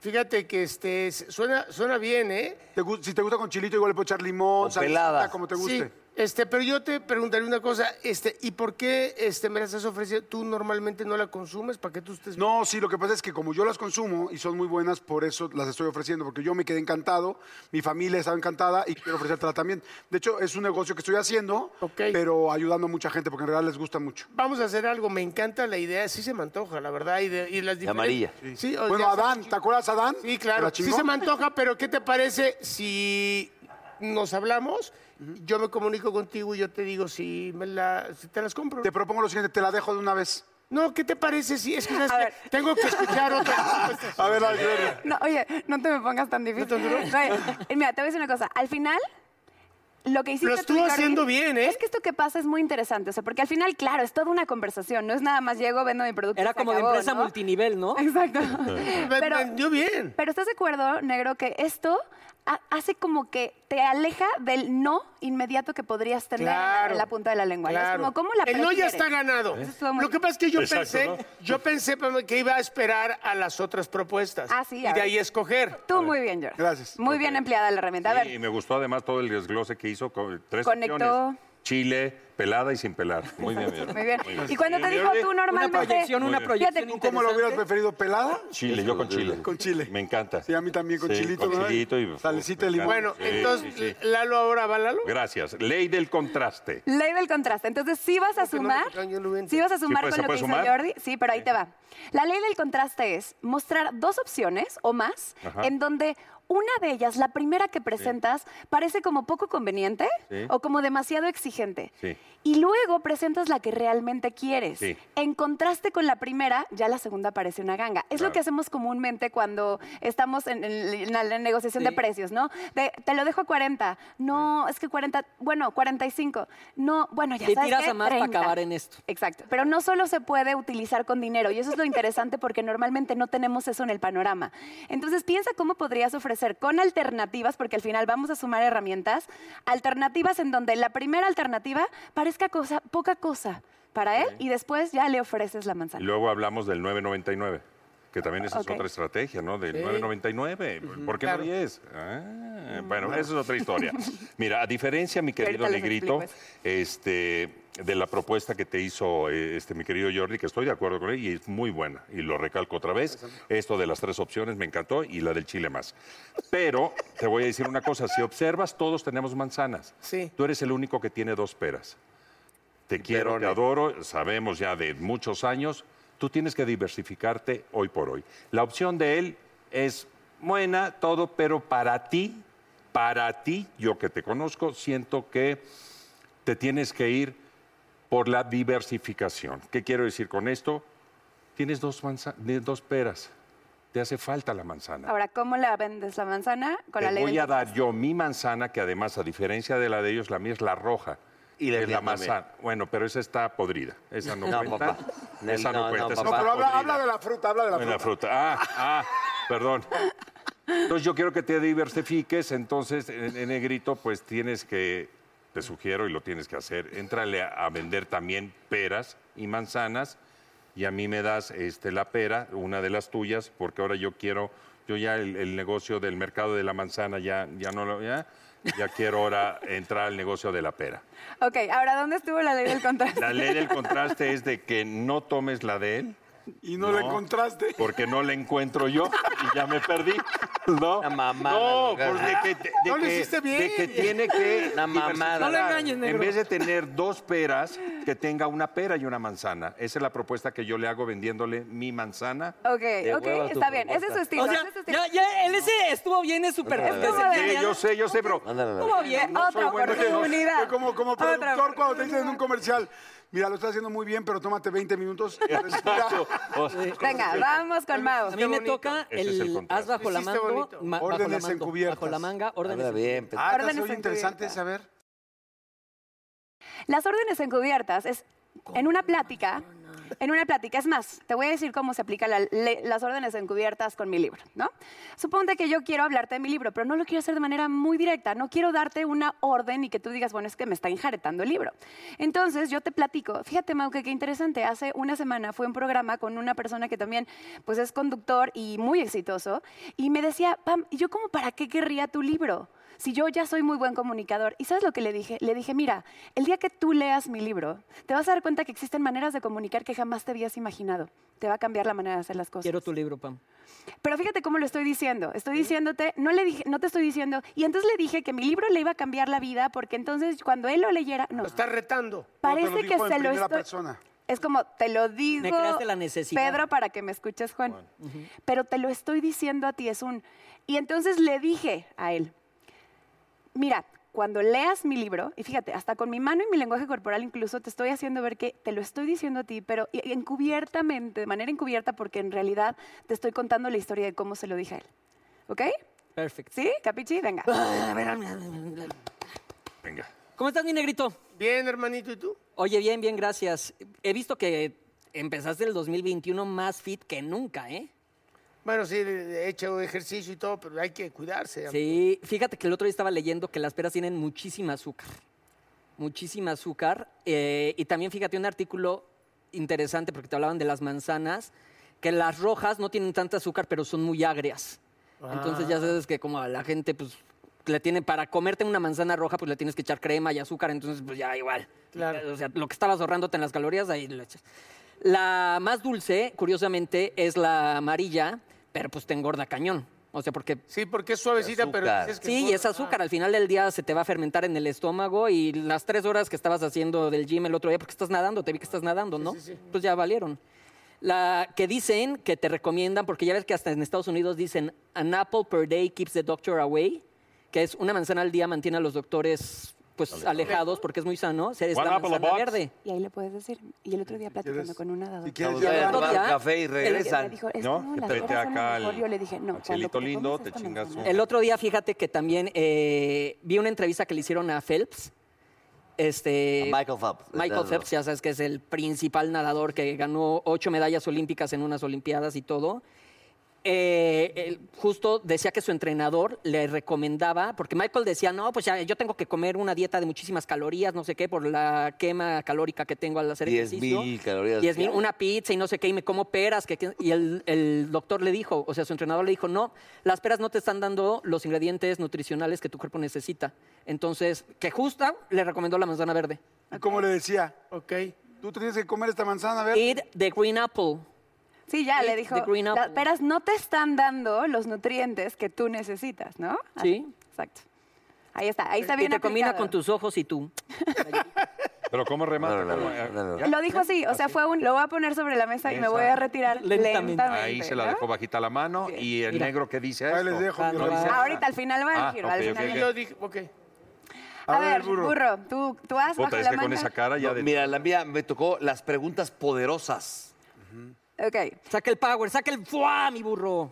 Fíjate que este s- suena, suena bien, ¿eh? Te gu- si te gusta con chilito, igual le puedo echar limón, O pelada. como te guste. Sí, este, pero yo te preguntaría una cosa, este, ¿y por qué este, me la estás ofreciendo? ¿Tú normalmente no la consumes para que tú estés No, sí, lo que pasa es que como yo las consumo y son muy buenas, por eso las estoy ofreciendo, porque yo me quedé encantado, mi familia estaba encantada y quiero ofrecértela también. De hecho, es un negocio que estoy haciendo, Ok. pero ayudando a mucha gente, porque en realidad les gusta mucho. Vamos a hacer algo, me encanta la idea, sí se me antoja, la verdad, y, de, y las diferentes... amarilla. Sí, o Bueno, ya sé- Adán, ¿te acuerdas Adán? Sí, claro, ¿La sí chingó? se me antoja, pero ¿qué te parece si nos hablamos? Yo me comunico contigo y yo te digo si, me la, si te las compro. Te propongo lo siguiente, te la dejo de una vez. No, ¿qué te parece si es que, ¿sabes A qué? ver. tengo que escuchar otra respuesta? A ver, Alfredo. No, oye, no te me pongas tan difícil. Oye, eh, mira, te voy a decir una cosa. Al final, lo que hiciste Lo estuvo tú, Jordi, haciendo bien, ¿eh? Es que esto que pasa es muy interesante, o sea, porque al final, claro, es toda una conversación, no es nada más llego, vendo mi producto. y Era se como de acabó, empresa ¿no? multinivel, ¿no? Exacto. Me- me vendió bien. Pero estás de acuerdo, negro, que esto ha- hace como que te aleja del no inmediato que podrías tener en la- en la punta de la lengua. ¿no? Es claro. como, ¿cómo la El no ya prefieres? está ganado. Eso estuvo muy Lo que pasa es que yo Exacto, pensé, ¿no? yo pensé Pamela, que iba a esperar a las otras propuestas. Ah, sí, Y a de ver. ahí escoger. Tú muy bien, Jordi. Gracias. Muy bien empleada la herramienta. A ver, Y me gustó además todo el desglose que hizo con tres Conectó. opciones. Chile, pelada y sin pelar. Muy bien, muy bien. Muy bien. Y cuando te dijo tú Una normalmente... proyección, una Muy bien. proyección Fíjate, ¿Cómo lo hubieras interesante. preferido, pelada? Chile, yo con chile. Con chile. Me encanta. Sí, a mí también, con Sí, chilito, Con ¿verdad? chilito y... Salecita de Me limón. encanta. Bueno, Sí, entonces, sí, sí. Lalo ahora va, Lalo. Gracias. Ley del contraste. Ley del contraste. Entonces, sí vas a que no me sumar. tocaron, yo lo voy a Sí vas a sumar pues, con ¿se lo que puede hizo sumar? Jordi. Sí, pero ahí te va. La ley del contraste es mostrar dos opciones o más Ajá. en donde una de ellas, la primera que presentas, parece como poco conveniente Sí. o como demasiado exigente. Sí. Y luego presentas la que realmente quieres. Sí. En contraste con la primera, ya la segunda parece una ganga. Es Claro. lo que hacemos comúnmente cuando estamos en, en- en la, la negociación de precios, ¿no? De, te lo dejo a 40. No, es que 40, bueno, 45. No, bueno, ya Le sabes tiras qué, a más para 30. acabar en esto. Exacto. Pero no solo se puede utilizar con dinero, y eso es lo interesante porque normalmente no tenemos eso en el panorama. Entonces piensa cómo podrías ofrecer con alternativas, porque al final vamos a sumar herramientas, alternativas en donde la primera alternativa parezca cosa, poca cosa para él y después ya le ofreces la Y manzana. luego hablamos del 999, que también esa Ok. es otra estrategia, ¿no? Del 999. ¿Por qué Claro. no 10? Ah, bueno, esa es otra historia. Mira, a diferencia, mi querido ahorita les Negrito, explico este, de la propuesta que te hizo eh, este, mi querido Jordi, que estoy de acuerdo con él y es muy buena, y lo recalco otra vez, esto de las tres opciones me encantó y la del chile más. Pero te voy a decir una cosa, si observas, todos tenemos manzanas. Sí. Tú eres el único que tiene dos peras. Te quiero, te perones. adoro, sabemos ya de muchos años. Tú tienes que diversificarte hoy por hoy. La opción de él es buena, todo, pero para ti, para ti, yo que te conozco, siento que te tienes que ir por la diversificación. ¿Qué quiero decir con esto? Tienes dos, manza- de- dos peras. Te hace falta la manzana. Ahora, ¿cómo la vendes la manzana? Con la Te ley voy del a dar yo mi manzana, que además, a diferiencia de la de ellos, la mía es la roja. Y la Es mía también. manzana. Bueno, pero esa está podrida. Esa no, No, cuenta. papá. Esa No, no, no, cuenta. esa está papá. Pero habla, podrida. habla de la fruta, habla de la en fruta. la fruta. Ah, ah, perdón. Entonces yo quiero que te diversifiques, entonces en, en negrito pues tienes que, te sugiero y lo tienes que hacer, entrale a, a vender también peras y manzanas y a mí me das este, la pera, una de las tuyas, porque ahora yo quiero, yo ya el, el negocio del mercado de la manzana ya, ya no lo, ya, ya quiero ahora entrar al negocio de la pera. Ok, ahora, ¿dónde estuvo la ley del contraste? La ley del contraste es de que no tomes la de él, Y no, la encontraste. porque no la encuentro yo y ya me perdí. No, Una mamada, no, Lucas. porque que, de, No que, lo hiciste bien. de que tiene que Una mamada. diversificar. No lo engañes, negro. En vez de tener dos peras, que tenga una pera y una manzana. Esa es la propuesta que yo le hago vendiéndole mi manzana. Ok, hueva ok, tu está bien. Ese es su propuesta. estilo. O sea, ese es su estilo. ya, ya, él ese estuvo bien, es súper. Es como perfecto. Sí, yo sé, yo sé, pero Mándala a la- Estuvo bien. no soy Otra bueno en eso. oportunidad. Yo como, como Otra productor cuando te dicen en oportunidad. un comercial, mira, lo estás haciendo muy bien, pero tómate 20 minutos. Exacto. O sea, Venga, vamos con Mao. A mí me toca Ese es el, el haz contraste. bajo la, Hiciste manga, bonito. ma- bajo, la Órdenes manga bajo encubiertas. la manga, Habla órdenes. bien, pe- Ah, está Órdenes muy interesante encubiertas. saber. Las órdenes encubiertas es en una plática. En una plática, es más, te voy a decir cómo se aplican las órdenes encubiertas con mi libro, ¿no? Suponte que yo quiero hablarte de mi libro, pero no lo quiero hacer de manera muy directa, no quiero darte una orden y que tú digas, bueno, es que me está enjaretando el libro. Entonces yo te platico, fíjate, Mauke, qué interesante, hace una semana fue un programa con una persona que también pues es conductor y muy exitoso, y me decía, Pam, ¿y yo como para qué querría tu libro? si yo ya soy muy buen comunicador. ¿Y sabes lo que le dije? Le dije, mira, el día que tú leas mi libro, te vas a dar cuenta que existen maneras de comunicar que jamás te habías imaginado. Te va a cambiar la manera de hacer las cosas. Quiero tu libro, Pam. Pero fíjate cómo lo estoy diciendo. Estoy diciéndote, no, le dije, no te estoy diciendo. Y entonces le dije que mi libro le iba a cambiar la vida porque entonces cuando él lo leyera, no. Lo estás retando. No te Parece lo que dijo en se lo primera estoy... persona. Es como, te lo digo, Me creaste la necesidad. Pedro, para que me escuches, Juan. Pero te lo estoy diciendo a ti, es un... Y entonces le dije a él, mira, cuando leas mi libro, y fíjate, hasta con mi mano y mi lenguaje corporal incluso te estoy haciendo ver que te lo estoy diciendo a ti, pero y- y encubiertamente, de manera encubierta, porque en realidad te estoy contando la historia de cómo se lo dije a él. ¿Ok? Perfecto. ¿Sí? ¿Capichi? Venga. Ah, venga. ¿Cómo estás, mi negrito? Bien, hermanito, ¿y tú? Oye, bien, bien, gracias. He visto que empezaste el 2021 más fit que nunca, ¿eh? Bueno, sí, he hecho ejercicio y todo, pero hay que cuidarse. Sí, fíjate que el otro día estaba leyendo que las peras tienen muchísima azúcar. Muchísima azúcar. eh, y también fíjate un artículo interesante, porque te hablaban de las manzanas, que las rojas no tienen tanta azúcar, pero son muy agrias. Ah, Entonces ya sabes que como a la gente, pues, le tiene, para comerte una manzana roja, pues le tienes que echar crema y azúcar, entonces pues ya igual. Claro. O sea, lo que estabas ahorrándote en las calorías, ahí lo echas. La más dulce, curiosamente, es la amarilla, pero pues te engorda cañón. O sea, porque Pues Sí, porque es suavecita, Azúcar. pero dices que Sí, y es azúcar. Al final del día se te va a fermentar en el estómago y las tres horas que estabas haciendo del gym el otro día, porque estás nadando, te vi que estás nadando, ¿no? Pues ya valieron. La que dicen que te recomiendan, porque ya ves que hasta en Estados Unidos dicen an apple per day keeps the doctor away, que es una manzana al día mantiene a los doctores pues alejados porque es muy sano. O sea, es One la apple a manzana box. verde. Y ahí le puedes decir. Y el otro día platicando quieres- con una dado. si Vamos a quieres ir a ya- otro tomar día, un café y Me regresan. dijo, es que ¿No? no, las Vete peras son acá lo al- mejor. Yo le dije, no, al cuando cielito te lindo, comes te esta chingas manzana, un- El otro día, fíjate que también eh, vi una entrevista que le hicieron a Phelps. Este, Michael Phelps. Michael Phelps, ya sabes que es el principal nadador que ganó ocho medallas olímpicas en unas Olimpiadas y todo. Eh, él justo decía que su entrenador le recomendaba, porque Michael decía, no, pues ya, yo tengo que comer una dieta de muchísimas calorías, no sé qué, por la quema calórica que tengo al hacer 10,000 ejercicio. calorías. 10,000, una pizza y no sé qué, y me como peras. Que, que- y el, el doctor le dijo, o sea, su entrenador le dijo, no, las peras no te están dando los ingredientes nutricionales que tu cuerpo necesita. Entonces, que justa le recomendó la manzana verde. y como le decía, Ok. tú tienes que comer esta manzana, a ver. Eat the green apple. Sí, ya Eat le the dijo. green Las apple". peras no te están dando los nutrientes que tú necesitas, ¿no? Así, Sí. Exacto. Ahí está, ahí Ah, está y bien te combina aplicado. con tus ojos y tú. Pero ¿cómo remata? No, no, no, ¿Cómo? no, no, no. ¿Ya? Lo dijo así, o sea, fue un. Lo voy a poner sobre la mesa y me voy a retirar Lentamente. lentamente. Ahí se la dejó ¿no? bajita la mano y el Mira. negro que dice Ahí esto. les dejo. Ah, mi no, revisor. va. Ahorita al final va Ah, el giro. ok, al ok, final ok. Y va. yo dije, ok. A ver, burro, tú, tú has bajo Puta, es la que con esa manga. cara ya de... Mira, la mía me tocó las preguntas poderosas. Ok. Saca el power, saca el fuá, mi burro.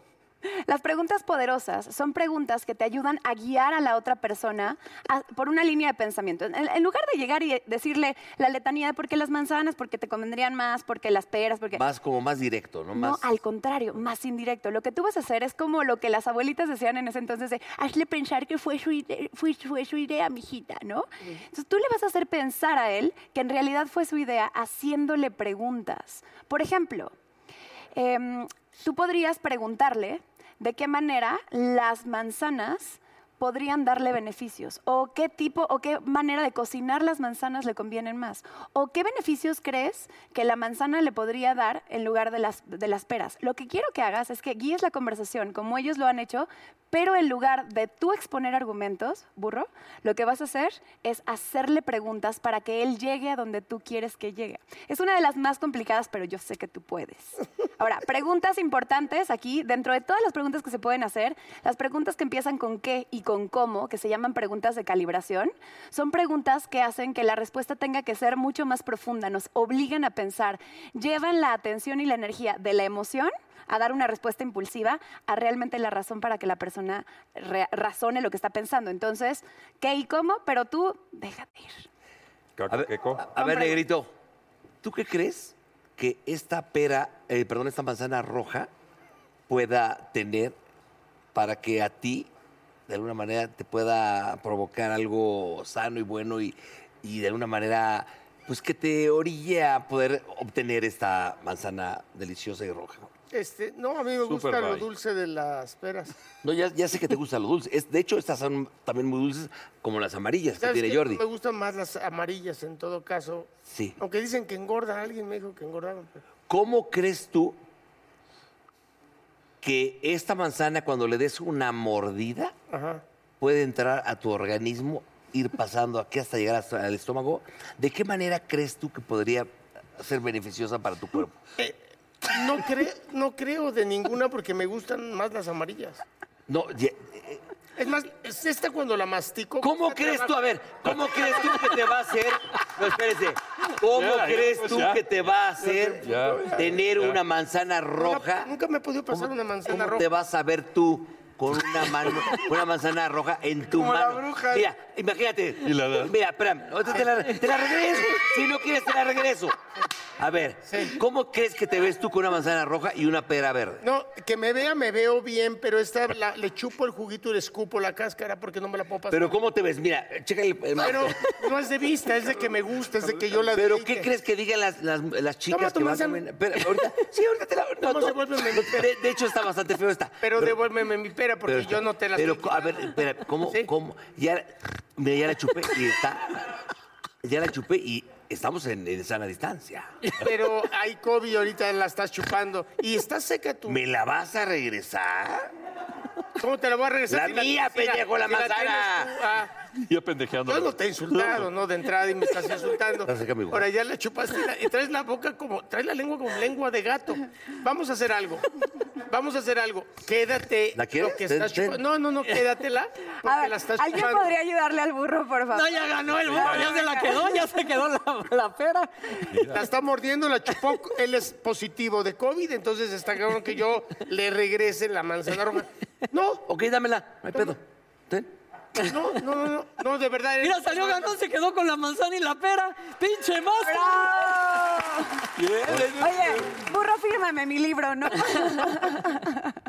Las preguntas poderosas son preguntas que te ayudan a guiar a la otra persona a- por una línea de pensamiento. En, en lugar de llegar y decirle la letanía de por qué las manzanas, porque te convendrían más, porque las peras, porque... Más como más directo, ¿no? No, Más- al contrario, más indirecto. Lo que tú vas a hacer es como lo que las abuelitas decían en ese entonces de hazle pensar que fue su, ide- fue, fue su idea, mijita, ¿no? Entonces tú le vas a hacer pensar a él que en realidad fue su idea haciéndole preguntas. Por ejemplo, em, tú podrías preguntarle de qué manera las manzanas podrían darle beneficios o qué tipo o qué manera de cocinar las manzanas le convienen más o qué beneficios crees que la manzana le podría dar en lugar de las, de las peras. Lo que quiero que hagas es que guíes la conversación como ellos lo han hecho, pero en lugar de tú exponer argumentos, burro, lo que vas a hacer es hacerle preguntas para que él llegue a donde tú quieres que llegue. Es una de las más complicadas, pero yo sé que tú puedes. Ahora, preguntas importantes aquí, dentro de todas las preguntas que se pueden hacer, las preguntas que empiezan con qué y con cómo, que se llaman preguntas de calibración, son preguntas que hacen que la respuesta tenga que ser mucho más profunda, nos obligan a pensar, llevan la atención y la energía de la emoción a dar una respuesta impulsiva a realmente la razón para que la persona re- razone lo que está pensando. Entonces, ¿qué y cómo? Pero tú, déjate ir. A ver, Cacaqueco. a- a ver, Negrito, ¿tú qué crees que esta pera, eh, perdón, esta manzana roja pueda tener para que a ti, de alguna manera, te pueda provocar algo sano y bueno y, y de alguna manera, pues que te orille a poder obtener esta manzana deliciosa y roja? Este, no, a mí me gusta Super lo bye. dulce de las peras. No, ya, ya sé que te gusta lo dulce. Es, de hecho, estas son también muy dulces, como las amarillas que ¿Sabes tiene qué? Jordi. Me gustan más las amarillas en todo caso. Sí. Aunque dicen que engordan, alguien me dijo que engordaban. pero- ¿Cómo crees tú que esta manzana, cuando le des una mordida, Ajá. puede entrar a tu organismo, ir pasando aquí hasta llegar hasta al estómago? ¿De qué manera crees tú que podría ser beneficiosa para tu cuerpo? No, cre- no creo de ninguna porque me gustan más las amarillas. No, ye- Es más, es esta cuando la mastico. ¿cómo cuesta crees tú? trabajo. A ver, ¿cómo crees tú que te va a hacer? No, espérese. ¿Cómo Ya, ya, crees pues, tú ya. que te va a hacer Ya. tener Ya. una manzana roja? Nunca, nunca me he podido pasar una manzana ¿Cómo roja. te vas a ver tú con una, mano, una manzana roja en tu Como la mano? bruja. Mira, imagínate. Y la das. Mira, espérame, ahorita te la, te la regreso. Si no quieres, te la regreso. A ver, ¿cómo crees que te ves tú con una manzana roja y una pera verde? No, que me vea, me veo bien, pero esta la- le chupo el juguito y le escupo la cáscara porque Pues no me la puedo pasar. Pero ¿cómo te ves? Mira, checa el... el- Pero no es de vista, es de que me gusta, es de que yo la ¿Pero dedique. qué crees que digan las, las, las Toma chicas tu que manzana. van a... Pero ahorita, sí, ahorita te la... no, Toma, to- devuélveme. de, de hecho, está bastante feo esta. Pero devuélveme mi pera porque Pero- yo no te la Pero, estoy a ver, espera, ¿cómo, Sí. cómo? Ya, mira, ya la chupé y está. Ya la chupé y estamos en, en sana distancia. Pero hay COVID ahorita la estás chupando. Y está seca tu. ¿Me la vas a regresar? ¿Cómo te la voy a regresar? La mía, pendejo, la tienes manzana. tú, ah. Ya pendejeando. yo no te he insultado, ¿no? De entrada y me estás insultando. Estás seca, mi guapo. Ahora ya la chupaste y, la- y traes la boca como. Traes la lengua como lengua de gato. Vamos a hacer algo. Vamos a hacer algo. Quédate ¿La quieres? lo que Ten, estás ten. chupando. No, no, no, quédatela. Porque A ver, la estás ¿alguien chupando. podría ayudarle al burro, por favor? No, ya ganó el burro, ya se la quedó, ya se quedó la, la pera. La está mordiendo, la chupó. Él es positivo de COVID, entonces está cabrón que yo le regrese la manzana roja. No, Ok, dámela, no hay pedo. Ten. No, no, no, no, no, de verdad. Mira, salió ganó, se quedó con la manzana y la pera. ¡Pinche más! Oye, burro, fírmame mi libro, ¿no?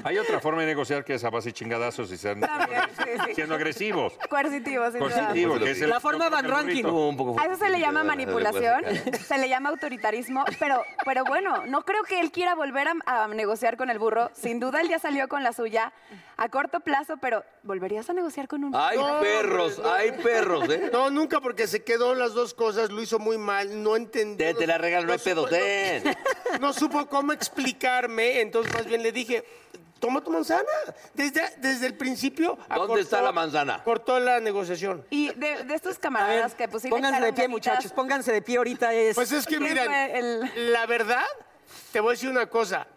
Hay otra forma de negociar que es a base de chingadazos y ser También, sí, sí. siendo agresivos. Coercitivo, sin duda. Coercitivo, que es el- La forma yo creo Van que el Ranking. burrito. Un poco A eso se le llama fuerte, manipulación, después de cara. se le llama autoritarismo, pero, pero bueno, no creo que él quiera volver a, a negociar con el burro. Sin duda él ya salió con la suya a corto plazo, pero ¿volverías a negociar con un Hay No, perros, hombre, no. hay perros, ¿eh? No, nunca porque se quedó las dos cosas, lo hizo muy mal, no entendió. Ten, te la regalo, no hay pedo, supo- ten. no- No, supo cómo explicarme, entonces más bien le dije, toma tu manzana. Desde, desde el principio. acortó- está la manzana? Cortó la negociación. Y de, de estos A ver, camaradas que pues sí le pónganse de echaron pie, ganitas. muchachos, pónganse de pie ahorita. Es... Pues es que, ¿Quién mira, fue el- la verdad, te voy a decir una cosa.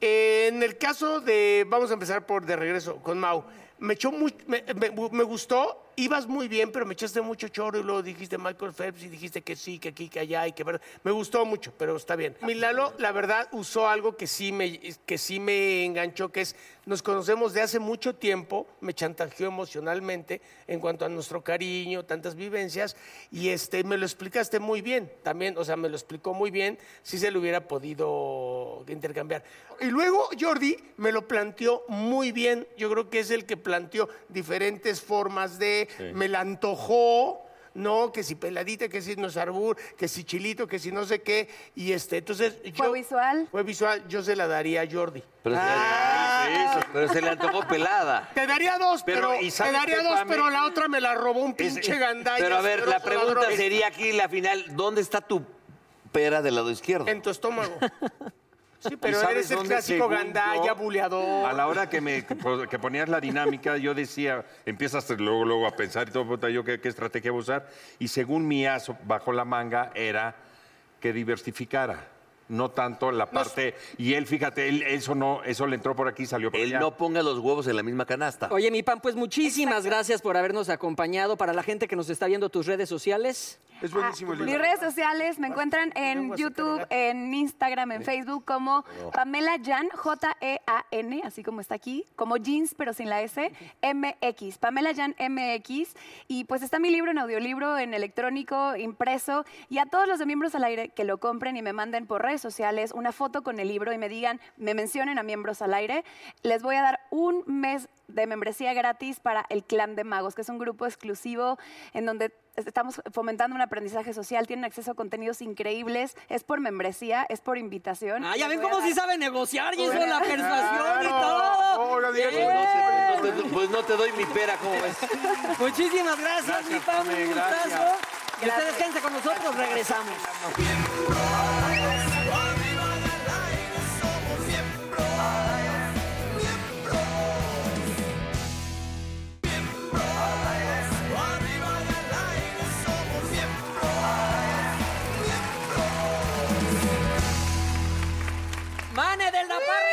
En el caso de, vamos a empezar por de regreso con Mau, me echó mucho, me, me- me gustó ibas muy bien, pero me echaste mucho choro y luego dijiste Michael Phelps y dijiste que sí, que aquí, que allá y que... ver- Me gustó mucho, pero está bien. Mi Lalo, la verdad, usó algo que sí me, que sí me enganchó, que es nos conocemos de hace mucho tiempo, me chantajeó emocionalmente en cuanto a nuestro cariño, tantas vivencias, y este, me lo explicaste muy bien también, o sea, me lo explicó muy bien, si se lo hubiera podido intercambiar. Y luego Jordi me lo planteó muy bien, yo creo que es el que planteó diferentes formas de, me la antojó, no, que si peladita, que si no arbur, que si chilito, que si no sé qué, y este, entonces ¿Fue yo... visual? Fue visual, yo se la daría a Jordi. Pero, se- Ah. pero se le antojó pelada. Te daría dos, Pero, pero, ¿y te sabes daría qué, dos, Pame? pero la otra me la robó un Es- pinche gandalla. pero a ver, la asqueroso pregunta ladrón. sería aquí la final, ¿dónde está tu pera del lado izquierdo? En tu estómago. Sí, pero sabes eres el dónde, clásico según gandalla, yo, A buleador. la hora que me que ponías la dinámica, yo decía, empiezas luego, luego a pensar y todo, puta, yo qué, qué estrategia voy a usar. Y según mi aso bajo la manga era que diversificara. No tanto la parte. Y él, fíjate, él, eso no, eso le entró por aquí y salió por Él allá. no ponga los huevos en la misma canasta. Oye, mi pan, pues muchísimas gracias por habernos acompañado. Para la gente que nos está viendo tus redes sociales, Es buenísimo el Ah, Mis libro. redes sociales me encuentran en YouTube, en Instagram, en Facebook como Pamela Jan, J-E-A-N, así como está aquí, como jeans pero sin la S, MX, Pamela Jan MX. Y pues está mi libro en audiolibro, en electrónico, impreso. Y a todos los de miembros al aire que lo compren y me manden por redes sociales una foto con el libro y me digan, me mencionen a miembros al aire, les voy a dar un mes de membresía gratis para el Clan de Magos, que es un grupo exclusivo en donde estamos fomentando un aprendizaje social, tienen acceso a contenidos increíbles, es por membresía, es por invitación. Ah, ya Les ven voy a cómo dar- sí sabe negociar, y eso la persuasión y Claro. todo. Oiga, diga que Bien. no se- No te- pues no te doy mi pera, ¿cómo ves? Muchísimas gracias, mi pan, Pame, un gustazo. gracias. Y ustedes quédense con nosotros, regresamos. Mane del La Parra y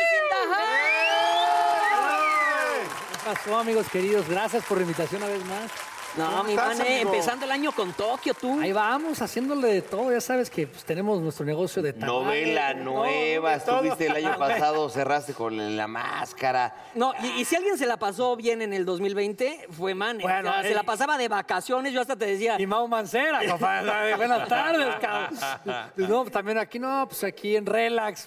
¡Eh! Sindaja. pasó, amigos queridos? Gracias por la invitación una vez más. No, mi estás, Mane, amigo? empezando el año con Tokio, tú. Ahí vamos, haciéndole de todo. Ya sabes que pues, tenemos nuestro negocio de tamales. Novela nueva, de todo. estuviste el año pasado, cerraste con la máscara. No, y, y si alguien se la pasó bien en el 2020, fue Mane. Bueno, O sea, se eh. la pasaba de vacaciones, yo hasta te decía, Y Mau Mancera, compadre. Buenas tardes, cabrón. No, también aquí no, pues aquí en relax,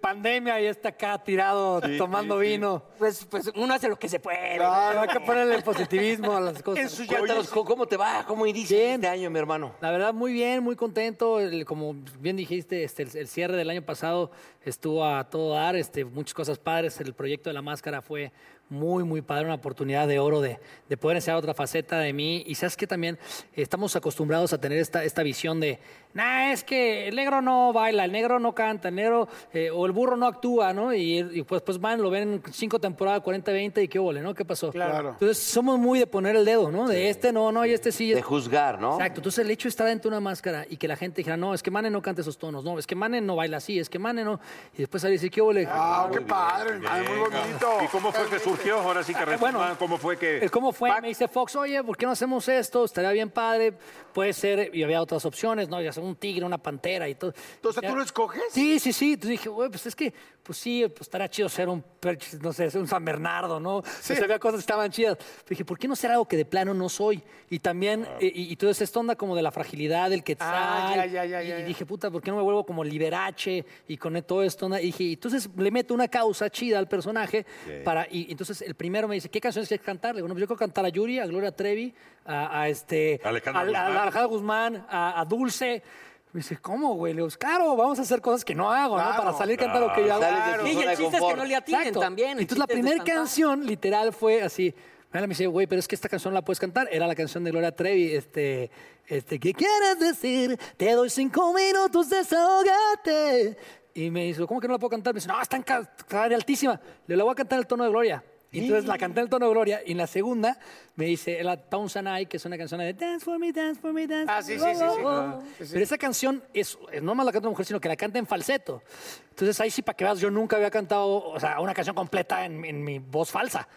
pandemia y está acá tirado tomando vino. pues, pues uno hace lo que se puede. Claro, hay que ponerle positivismo a las cosas. En su Cuéntanos, ¿cómo- ¿cómo te va? ¿Cómo inicias Bien. este año, mi hermano? La verdad, muy bien, muy contento. El- como bien dijiste, este, el, el cierre del año pasado estuvo a todo dar, este, muchas cosas padres. El proyecto de la máscara fue muy, muy padre, una oportunidad de oro de, de poder enseñar otra faceta de mí. Y sabes que también eh, estamos acostumbrados a tener esta, esta visión de, nah, es que el negro no baila, el negro no canta, el negro eh, o el burro no actúa, ¿no? Y, y pues, pues van, lo ven cinco temporadas, 40, 20 y qué huele, ¿no? ¿Qué pasó? Claro. Entonces somos muy de poner el dedo, ¿no? De este no, no, y este sí. y De este- juzgar, ¿no? Exacto, entonces el hecho de estar dentro de una máscara y que la gente dijera, no, es que Mane no canta esos tonos, no, es que Mane no baila así, es que Mane no. Y después salir y decir, ¿qué ole? Ah, qué padre, hermano, muy bonito. ¿Y cómo fue que surgió? Ahora sí que Ah, bueno, respondan, ¿cómo fue que.? El ¿Cómo fue? Pac, Me dice Fox, oye, ¿por qué no hacemos esto? Estaría bien padre, puede ser, y había otras opciones, ¿no? Ya sea un tigre, una pantera y todo. Entonces, Ya- ¿tú lo escoges? Sí, sí, sí. Entonces dije, güey, pues es que, pues sí, pues estará chido ser un, perch- no sé, ser un San Bernardo, ¿no? Pues había cosas que estaban chidas. Pero dije, ¿por qué no ser algo que de plano no soy? Y también, eh, y, y todo es esta onda como de la fragilidad, del quetzal. Ah, ya, ya, ya, y, ya, y ya. dije, puta, ¿por qué no me vuelvo como liberache? Y con todo esto, onda? Y dije, y entonces le meto una causa chida al personaje. para Y entonces el primero me dice, ¿qué canciones quieres cantar? Le digo, no, pues yo quiero cantar a Yuri, a Gloria Trevi, a, a este... a- Alejandra a- Guzmán. a Alejandra Guzmán, a, a Dulce. Me dice, ¿cómo, güey? Le digo, claro, vamos a hacer cosas que no hago, ¿no? Para salir cantando lo que yo hago. Sales de tu Sí, y el zona de chiste es que confort. no le atinen Exacto. también. el Entonces la chiste es primera despantar. canción literal fue así. Me dice, güey, pero es que esta canción la puedes cantar. Era la canción de Gloria Trevi, este, este, ¿qué quieres decir? Te doy cinco minutos, desahógate. Y me dice, ¿cómo que no la puedo cantar? Me dice, no, está en ca- ca- altísima. Le la voy a cantar en el tono de Gloria. Y Entonces la canté en el tono de Gloria y en la segunda me dice la Pounce and I, que es una canción de Dance for me, dance for me, dance for Ah, me, sí, sí, oh, sí, sí, oh, oh". claro. Sí, sí. Pero esa canción es, es no más la canta una mujer, sino que la canta en falseto. Entonces ahí sí, para que veas, yo nunca había cantado, o sea, una canción completa en, en mi voz falsa.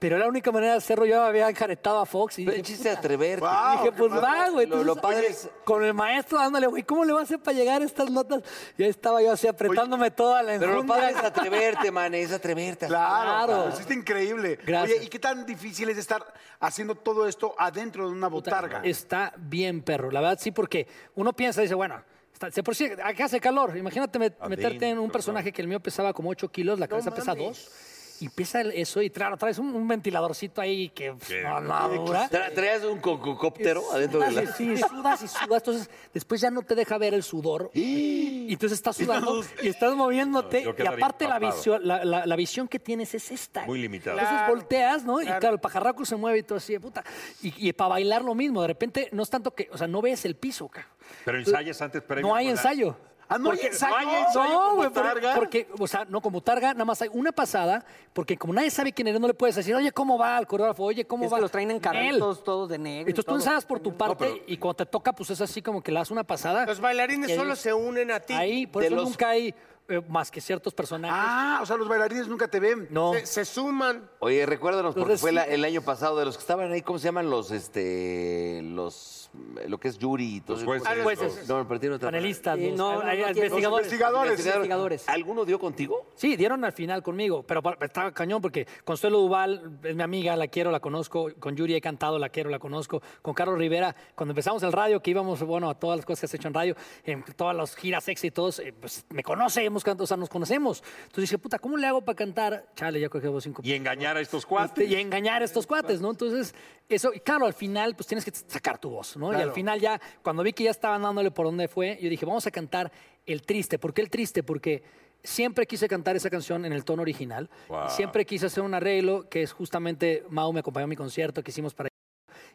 Pero era la única manera de hacerlo. Yo había enjaretado a Fox y Pero el dije, chiste de atreverte. y dije, pues va, güey. Lo, Entonces, lo padre es- Con el maestro dándole, güey, ¿cómo le va a hacer para llegar a estas notas? Y ahí estaba yo así apretándome toda la Pero lo enjundia. padre es atreverte, man, es atreverte. a- Claro, Claro. claro. Hiciste increíble. Gracias. Oye, ¿y qué tan difícil es estar haciendo todo esto adentro de una botarga? Está bien, perro. La verdad, sí, porque uno piensa, dice, bueno, está, si por si acá hace calor. Imagínate met- meterte en un Adentro, personaje que el mío pesaba como 8 kilos, la cabeza pesa 2. Y pesa el- eso, y claro, traes un, un ventiladorcito ahí que pff, Qué no, no dura. Tra- ¿Traías un cococóptero adentro de Sudas la... y, sí, sudas y sudas. Entonces, después ya no te deja ver el sudor. Y entonces estás sudando y estás moviéndote. Yo y quedaría aparte, la, empapado. visio- la, la- la visión que tienes es esta. Muy limitada. Entonces Claro, volteas, ¿no? Y claro. claro, el pajarraco se mueve y todo así de puta. Y, para bailar lo mismo. De repente, no es tanto que, o sea, no ves el piso, cabrón. Pero ensayas antes previo. No hay con la- ensayo. Ah, no hay Porque- ensayo. no hay ensayo No, con güey, por- botarga. porque, o sea, no, como targa, nada más hay una pasada, porque como nadie sabe quién eres, no le puedes decir, oye, ¿cómo va el coreógrafo? Oye, ¿cómo Es va? que los traen en Él. carritos, todos de negro. y Entonces tú todo. ensayas por tu parte y cuando te toca, pues es así como que le das una pasada. Los bailarines Y solo ahí- se unen a ti. Ahí, por de eso los- nunca hay eh, más que ciertos personajes. Ah, o sea, los bailarines nunca te ven. no. Se, se suman. Oye, recuérdanos, porque Entonces, fue sí. la- el año pasado de los que estaban ahí, ¿cómo se llaman los, este, los, lo que es jury y todo? Los jueces. Ah, los jueces. No, pero tiene otra palabra. Panelistas, Sí, los- no, hay- no, hay no quiero- investigadores. Investigadores. Investigadores. ¿Alguno dio contigo? Sí, dieron al final conmigo, pero pa- estaba cañón porque Consuelo Duval es mi amiga, la quiero, la conozco. Con Yuri he cantado, la quiero, la conozco. Con Carlos Rivera, cuando empezamos el radio, que íbamos, bueno, a todas las cosas que has hecho en radio, en todas las giras éxitos, eh, pues me conocemos, can- o sea, nos conocemos. Entonces dije, puta, ¿cómo le hago para cantar? Chale, ya cogemos cinco Y engañar a estos Este, cuates. y engañar a estos cuates, ¿no? Entonces, eso, y claro, al final, pues tienes que sacar tu voz, ¿no? Y al final ya, cuando vi que ya estaban dándole por dónde fue, yo dije, vamos a cantar El Triste. ¿Por qué El Triste? Porque siempre quise cantar esa canción en el tono original. Wow. Ah. Y siempre quise hacer un arreglo, que es justamente, Mau me acompañó a mi concierto que hicimos para...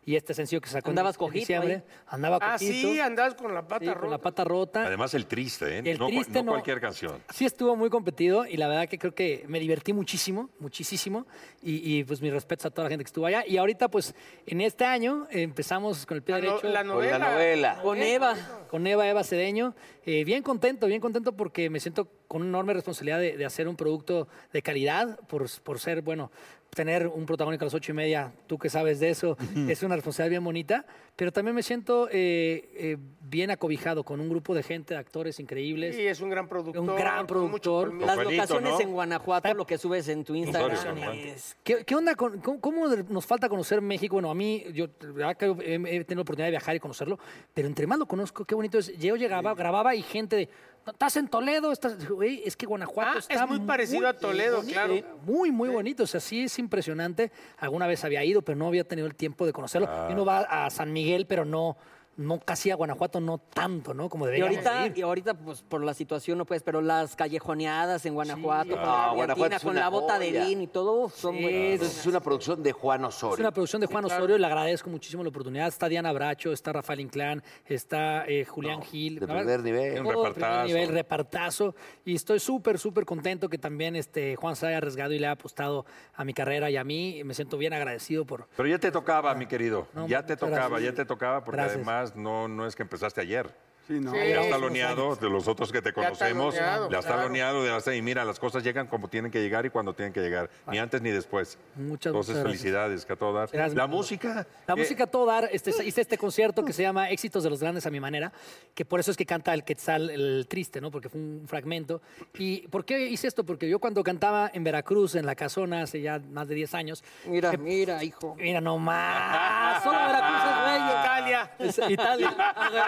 Y este sencillo que sacó en- Andabas en cojito diciembre. ahí. Andaba Ah, cojito. sí, andabas con la sí, pata con la rota. pata rota. Además, el triste, ¿eh? El no, cu- triste no no. cualquier canción. Sí estuvo muy competido y la verdad que creo que me divertí muchísimo, muchísimo. Y, y, pues mis respetos a toda la gente que estuvo allá. Y ahorita pues en este año empezamos con el pie La, Ah, no- derecho la Con la novela. novela. Con Eva. con Eva, Eva Cedeño. Eh, bien contento, bien contento porque me siento con una enorme responsabilidad de, de hacer un producto de calidad por, por ser, bueno, tener un protagónico a las ocho y media, tú que sabes de eso, es una responsabilidad bien bonita. Pero también me siento eh, eh, bien acobijado con un grupo de gente, de actores increíbles. Sí, es un gran productor. Un gran con mucho productor. permiso. Las Juanito, locaciones ¿no? en Guanajuato, lo que subes en tu Instagram. Osorio, ¿no? es- ¿Qué, qué onda? Con, cómo, cómo de- nos falta conocer México? Bueno, a mí, yo la verdad que he, he tenido la oportunidad de viajar y conocerlo, pero entre más lo conozco, qué bonito es. Yo llegaba, grababa y gente de, "No, estás en Toledo, estás... Güey, es que Guanajuato Ah, está es muy parecido a Toledo, bonito, claro. eh, Muy, muy bonito. O sea, sí es impresionante. Alguna vez había ido, pero no había tenido el tiempo de conocerlo. Ah. Y uno va a San Miguel, pero no, no casi a Guanajuato, no tanto, ¿no? Como Y debería ahorita, y ahorita, pues por la situación no puedes, pero las callejoneadas en Guanajuato, con, la Ah, Guanajuato brillantina, es con una la bota joya. de vino y todo, son buenas. Entonces, es una producción de Juan Osorio. Es una producción de Juan Osorio, le agradezco muchísimo la oportunidad. Está Diana Bracho, está Rafael Inclán, está eh, Julián Gil. de La verdad, primer nivel. Un todo de primer repartazo. nivel, repartazo. Y estoy súper, súper contento que también este, Juan se haya arriesgado y le haya apostado a mi carrera y a mí. Me siento bien agradecido por... Pero ya te tocaba, mi querido. No, ya te muchas tocaba, gracias. ya te tocaba, porque Gracias. además no, no es que empezaste ayer. Sí, no. Sí. Ya has taloneado de los otros que te Ya conocemos. taloneado, Ya has claro. taloneado de las y mira, las cosas llegan como tienen que llegar y cuando tienen que llegar, ni antes ni después. Muchas, Entonces, muchas gracias. felicidades, que a todas. Gracias, La mi amor. música. La que- música a todo dar, este, hice este concierto que se llama Éxitos de los Grandes a mi manera, que por eso es que canta el Quetzal el triste, ¿no? Porque fue un fragmento. ¿Y por qué hice esto? Porque yo cuando cantaba en Veracruz, en La Casona, hace ya más de 10 años, Mira, mira, hijo. Mira nomás. Solo Veracruz es bello. Italia. Es Italia.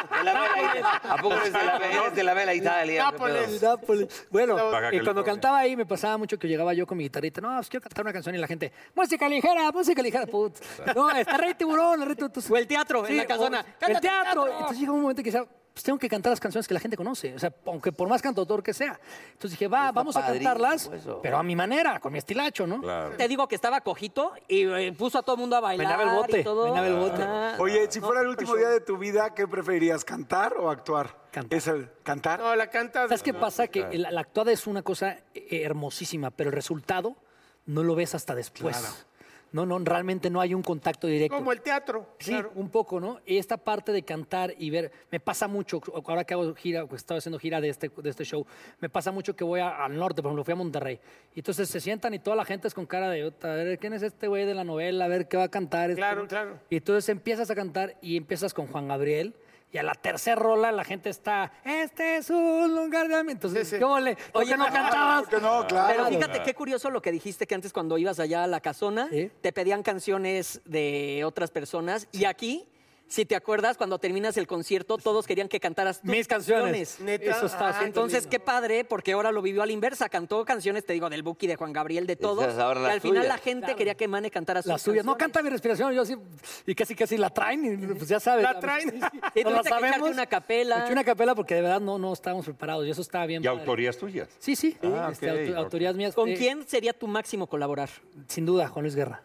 De la vela, Italia. ¿A poco eres de la, eres de la vela Italia? ¿Qué pedo? Nápoles. Nápoles. Bueno, Baja eh, cuando California. cantaba ahí me pasaba mucho que llegaba yo con mi guitarrita. No, pues quiero cantar una canción y la gente, música ligera, música ligera. putz. No, está Rey Tiburón, el Rey Tiburón. O el teatro, en la casona. casona. El ¡Cántate teatro. Entonces llega un momento que decía, pues tengo que cantar las canciones que la gente conoce. O sea, aunque por más cantautor que sea. Entonces dije, va, vamos a padrísimo cantarlas, eso. pero a mi manera, con mi estilacho, ¿no? Claro. Te digo que estaba cojito y eh, puso a todo el mundo a bailar. Bailaba el bote, y todo. Ah. bailaba el bote. Ajá. Oye, si fuera el último día de tu vida, ¿qué preferirías, cantar o actuar? Cantar. Es el cantar. No, pues, la canta. ¿Sabes qué pasa? Que la, la e-, actuada es una cosa eh, hermosísima, pero el resultado no lo ves hasta después. No, no, realmente no hay un contacto directo. Como el teatro. Sí, claro. un poco, ¿no? Y esta parte de cantar y ver, me pasa mucho, ahora que hago gira, o que estaba haciendo gira de este, de este show, me pasa mucho que voy a- al norte, por ejemplo, fui a Monterrey, y entonces se sientan y toda la gente es con cara de, "Ota, a ver, ¿quién es este güey de la novela? A ver, ¿qué va a cantar? este, Claro, no?". claro. Y entonces empiezas a cantar y empiezas con Juan Gabriel. Y a la tercera rola la gente está, este es un lugar de... am-". Entonces, Sí, sí. ¿cómo le? Oye, no cantabas. Que no, claro. Pero fíjate qué curioso lo que dijiste que antes cuando ibas allá a la casona Sí. te pedían canciones de otras personas y aquí, si te acuerdas, cuando terminas el concierto todos querían que cantaras tus Mis canciones. Neta. Eso está Ah, súper Entonces, lindo. qué padre, porque ahora lo vivió a la inversa. Cantó canciones, te digo, del Buki, de Juan Gabriel, de todos. Esas ahora y las al final tuyas. la gente quería que Mane cantara sus La suya. No canciones. canta mi respiración, yo sí. Y casi casi la traen, y, pues ya sabes. La traen. Sí, sí. Y No la tuviste que echarte sabemos. una capela. Me eché una capela porque de verdad no, no estábamos preparados y eso estaba bien. Y padre. autorías tuyas. Sí, sí. Ah, Este, ok, auto- ok. Autorías mías. ¿Con Eh, quién sería tu máximo colaborar? Sin duda, Juan Luis Guerra.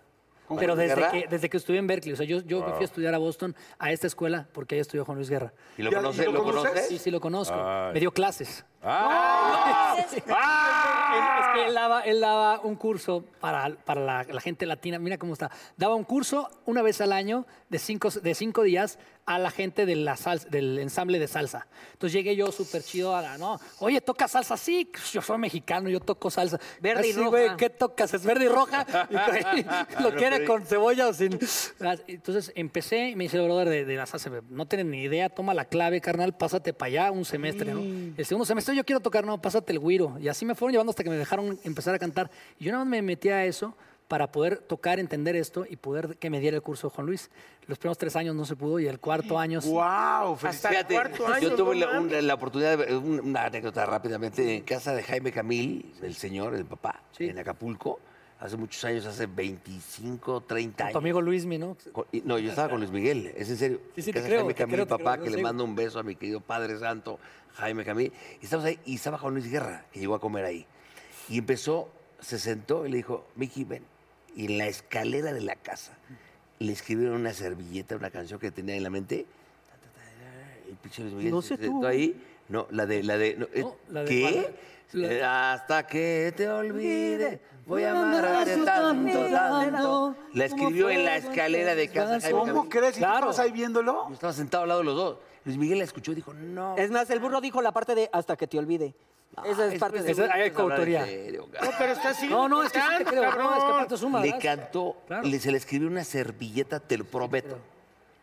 ¿Con Pero Juan Luis desde, Guerra? Que, desde que estuve en Berkeley, o sea, yo, yo me fui a estudiar a Boston, a esta escuela, porque ahí estudió Juan Luis Guerra. ¿Y lo Ya, conoces? ¿lo ¿Lo conoces? conoces? Sí, sí, lo conozco. Ay. Me dio clases. ¡Ah! Él- es que él daba, él daba un curso para, para la, la gente latina. Mira cómo está. Daba un curso una vez al año de cinco, de cinco días a la gente de la salsa- del ensamble de salsa. Entonces llegué yo súper chido a la, ¿no? Oye, ¿toca salsa? Sí, pues, yo soy mexicano, yo toco salsa. Verde y "Ah, sí, güey, roja". ¿Qué tocas? ¿Es verde y roja? Y, güey, lo que era con cebolla o sin. Ah, Entonces empecé y me dice, brother, de, de la salsa, no tienes ni idea, toma la clave, carnal, pásate para allá un semestre, ¿no? El segundo semestre yo quiero tocar, no, pásate el güiro. Y así me fueron llevando hasta que me dejaron empezar a cantar. Y yo nada más me metí a eso para poder tocar, entender esto y poder que me diera el curso de Juan Luis. Los primeros tres años no se pudo y el cuarto año... sí. ¡Wow! Hasta el Fíjate, cuarto año. yo tuve no la, mames. un- la oportunidad, de ver- un- una anécdota rápidamente, en casa de Jaime Camil, el señor, el papá, Sí. en Acapulco, hace muchos años, hace 25, 30 Con tu años. amigo Luismi, ¿no? Con- y- No, yo estaba con Luis Miguel, es en serio. Sí, sí, te Casa creo, Jaime te Camil, creo, te papá, creo, que yo le sé. mando un beso a mi querido Padre Santo, Jaime Camil. Y estamos ahí, y estaba Juan Luis Guerra, que llegó a comer ahí. Y empezó, se sentó y le dijo, Miki, ven. Y en la escalera de la casa le escribieron una servilleta, una canción que tenía en la mente. El pinche Luis Miguel No se sé sentó tú. ahí. No, la de... La de, no, eh, No, la de- ¿Qué? la de- Eh, Hasta que te olvide, voy a amarte tanto, tanto. La escribió en la escalera de casa. de Jaime ¿Cómo Camil. crees? ¿Y Claro. tú estás ahí viéndolo? Yo estaba sentado al lado de los dos. Luis Miguel la escuchó y dijo, no. Es más, el burro dijo la parte de hasta que te olvide. Esa es parte de... esa- ahí hay Hablar en coautoría. serio, No, cabrón. pero ¿Ah, está así. No, no, es que sí te creo. No, es que aparte suma, Le ¿verdad? cantó, Claro. le, se le escribió una servilleta, te lo prometo.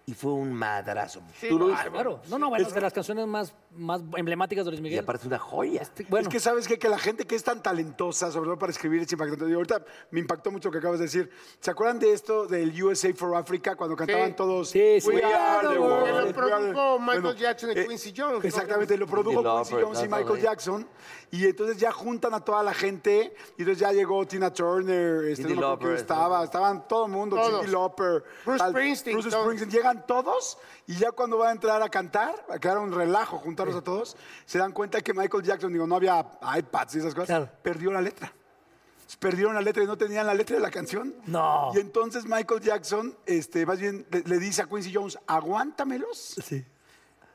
Y fue un madrazo. Tú lo viste. Claro. No, no, bueno, es de las canciones más, más emblemáticas de Luis Y Miguel. aparte una bueno, joya. Este, Es que sabes qué? que la gente que es tan talentosa, sobre todo para escribir, es impactante. Y ahorita me impactó mucho lo que acabas de decir. ¿Se acuerdan de esto del USA for Africa cuando cantaban todos? Sí, sí. "We We are are the the world"? world. We Que lo are the- produjo Michael Jackson y Quincy Jones, ¿no? eh, Exactamente, lo produjo Cindy Quincy Lauper, Jones y tantas, Michael ¿eh? Jackson. Y entonces ya juntan a toda la gente. Y entonces ya llegó Tina Turner, este, Cyndi no me acuerdo quién Lauper, estaba, estaban todo el mundo, Todos. Cindy Lauper, Bruce Springsteen, Bruce todos. Springsteen. Llegan todos y ya cuando va a entrar a cantar, a quedar un relajo, juntarlos a todos, se dan cuenta que Michael Jackson, digo, no había iPads y esas cosas, Claro. perdió la letra. pues, Perdieron la letra y no tenían la letra de la canción. No. Y entonces Michael Jackson, este, más bien, le, le dice a Quincy Jones, aguántamelos, sí.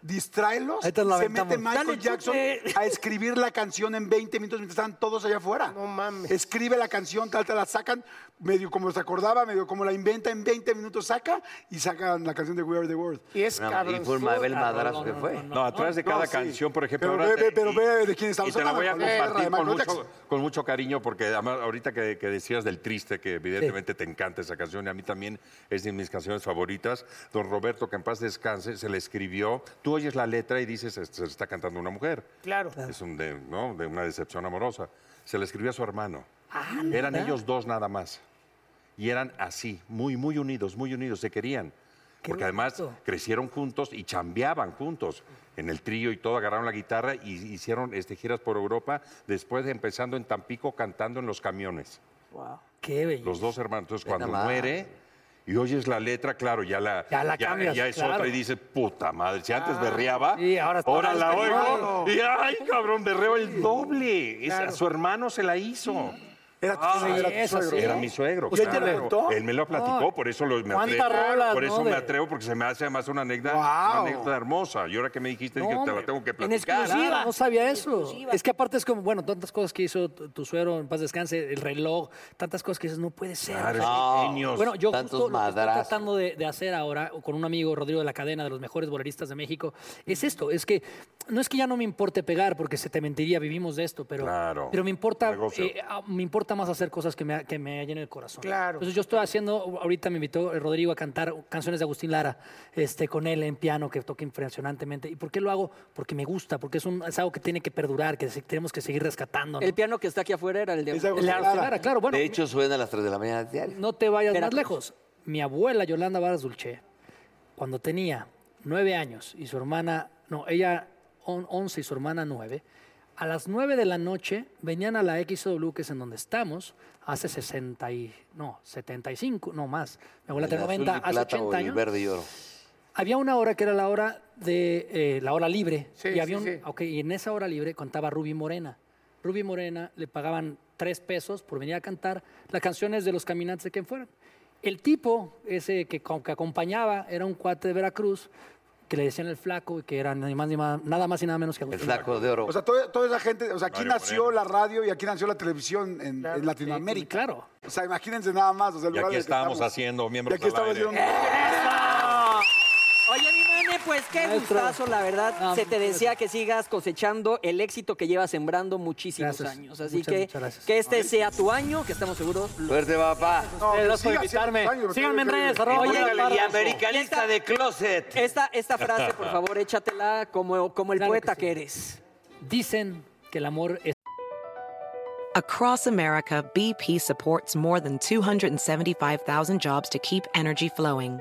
distráelos. Ahí te la Se mete aventamos. Michael Dale, Jackson chute. a escribir la canción en 20 minutos mientras están todos allá afuera. No mames. Escribe la canción, tal, tal, la sacan, medio como se acordaba, medio como la inventa, en 20 minutos saca y sacan la canción de We Are the World. Y es No, cabrón. y fue un mabel madrazo que fue. No, atrás de cada sí. canción, por ejemplo. Pero ahora ve- ve- pero y- ve de quién estamos Y te la voy a hablando, Juan Luis compartir Guerra, con de Michael mucho, con mucho cariño, porque además ahorita que, que decías del triste, que evidentemente te encanta esa canción, y a mí también es de mis canciones favoritas, don Roberto, que en paz descanse, se le escribió, tú oyes la letra y dices, "Es- se le está cantando una mujer. Claro. Es un de, ¿no? de una decepción amorosa. Se le escribió a su hermano. Eran ellos dos nada más. Y eran así, muy, muy unidos, muy unidos, se querían. Porque además crecieron juntos y chambeaban juntos en el trío y todo, agarraron la guitarra y hicieron este, giras por Europa, después de empezando en Tampico cantando en los camiones. Qué bello. Los dos hermanos. Entonces, cuando nada más. muere y oyes la letra, claro, ya la, Ya la cambias, ya es claro. otra y dices, puta madre, si antes berreaba, Ah, sí, ahora está más la berreado. oigo y ay, cabrón, berreo el doble. Es- a su hermano se la hizo. Era tu Ah, suegro, era tu eso suegro. sí. Era mi suegro. ¿Y él te lo claro. contó? Él me lo platicó, por eso lo, me ¿Cuántas atrevo. rolas, por eso no, me de- atrevo, porque se me hace además una anécdota, Guau. una anécdota hermosa. Y ahora que me dijiste, No, dije, te hombre, la tengo que En platicar. exclusiva, no sabía eso. Es que aparte es como, bueno, tantas cosas que hizo tu, tu suero en paz descanse, el reloj, tantas cosas que dices, no puede ser. Claro, o sea, qué No, genios. Bueno, yo tantos justo lo que estoy madrazos. tratando de, de hacer ahora con un amigo, Rodrigo de la Cadena, de los mejores boleristas de México, es esto, es que no es que ya no me importe pegar, porque se te mentiría, vivimos de esto, pero, Claro, pero me, importa, negocio. eh, ah, me importa más hacer cosas que me, que me llenen el corazón. Claro. Entonces yo estoy haciendo, ahorita me invitó eh, Rodrigo a cantar canciones de Agustín Lara este, con él en piano, que toca impresionantemente. ¿Y por qué lo hago? Porque me gusta, porque es, un, es algo que tiene que perdurar, que se- tenemos que seguir rescatando. ¿no? El piano que está aquí afuera era el de... Es de El de Agustín Lara, claro, bueno. de hecho, suena a las 3 de la mañana diario. No te vayas más Veracruz. lejos. Mi abuela Yolanda Varas Dulce, cuando tenía nueve años y su hermana, no, ella on- once y su hermana nueve, a las nueve de la noche venían a la XW, que es en donde estamos, hace 60 y, no, 75, no más. Mi abuela El tiene azul 90, y hace plata o 80 el años. verde y oro. Había una hora que era la hora de eh, la hora libre. Sí, y había sí, un- sí. ok, y en esa hora libre contaba Ruby Morena. Ruby Morena le pagaban tres pesos por venir a cantar las canciones de los caminantes de quien fueran. El tipo ese que, co- que acompañaba era un cuate de Veracruz que le decían el flaco y que era ni más, ni más- nada más y nada menos que El Agustín. flaco de oro. O sea, toda, toda esa gente, o sea, aquí Mario nació Moreno. la radio y aquí nació la televisión en, en Sí, Latinoamérica. Claro. O sea, imagínense nada más. O sea, el Y lugar aquí en el que estábamos estamos. haciendo Y miembros aquí al estamos aire. haciendo. Oye, mi mane, pues qué Maestro. gustazo, la verdad. Ah, Se te muchas decía que sigas cosechando el éxito que llevas sembrando muchísimos Gracias. años. Así Muchas, que muchas gracias. que este sea tu año, que estamos seguros. Suerte, papá. No, Gracias por que siga haciendo invitarme. los años, Síganme en porque- redes, arroba Oye, Oye, Mario y Parra. americanista de closet. Esta, esta frase, por favor, échatela como, como el Claro que poeta sí. que eres. Dicen que el amor es Across America, BP supports more than 275,000 jobs to keep energy flowing.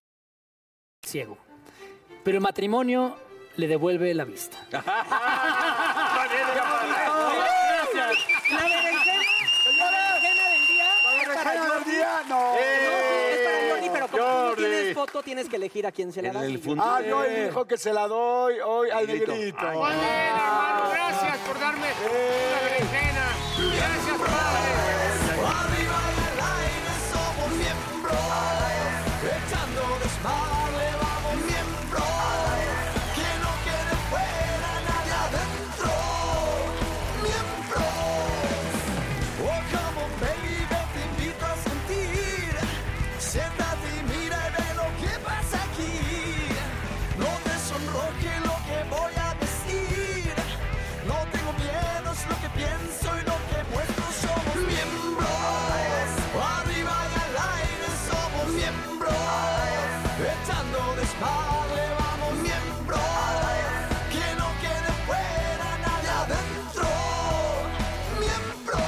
ciego. Pero el matrimonio le devuelve la vista. La berenjena, la berenjena del día. Eh. es para Jordi. No, Alejandro Díaz, no. es para Jordi, pero como tú no tienes foto, tienes que elegir a quién se la En das. el Y- fondo. Ah, no, él dijo que se la doy hoy al Negrito. negrito. Muy bien, hermano, gracias por darme una berenjena. Gracias, padre. Arriba y al aire somos miembros, echando desmadre vamos miembros, que no quede fuera nadie adentro, miembros. Oh, come on baby, te invito a sentir, siéntate y mira y ve lo que pasa aquí, no te sonroje lo que voy a decir, no tengo miedo, es lo que pienso y lo que muestro somos miembros. Arriba y al aire somos miembros. Echando desmadre vamos miembros. Que no quede fuera nadie adentro. Miembros.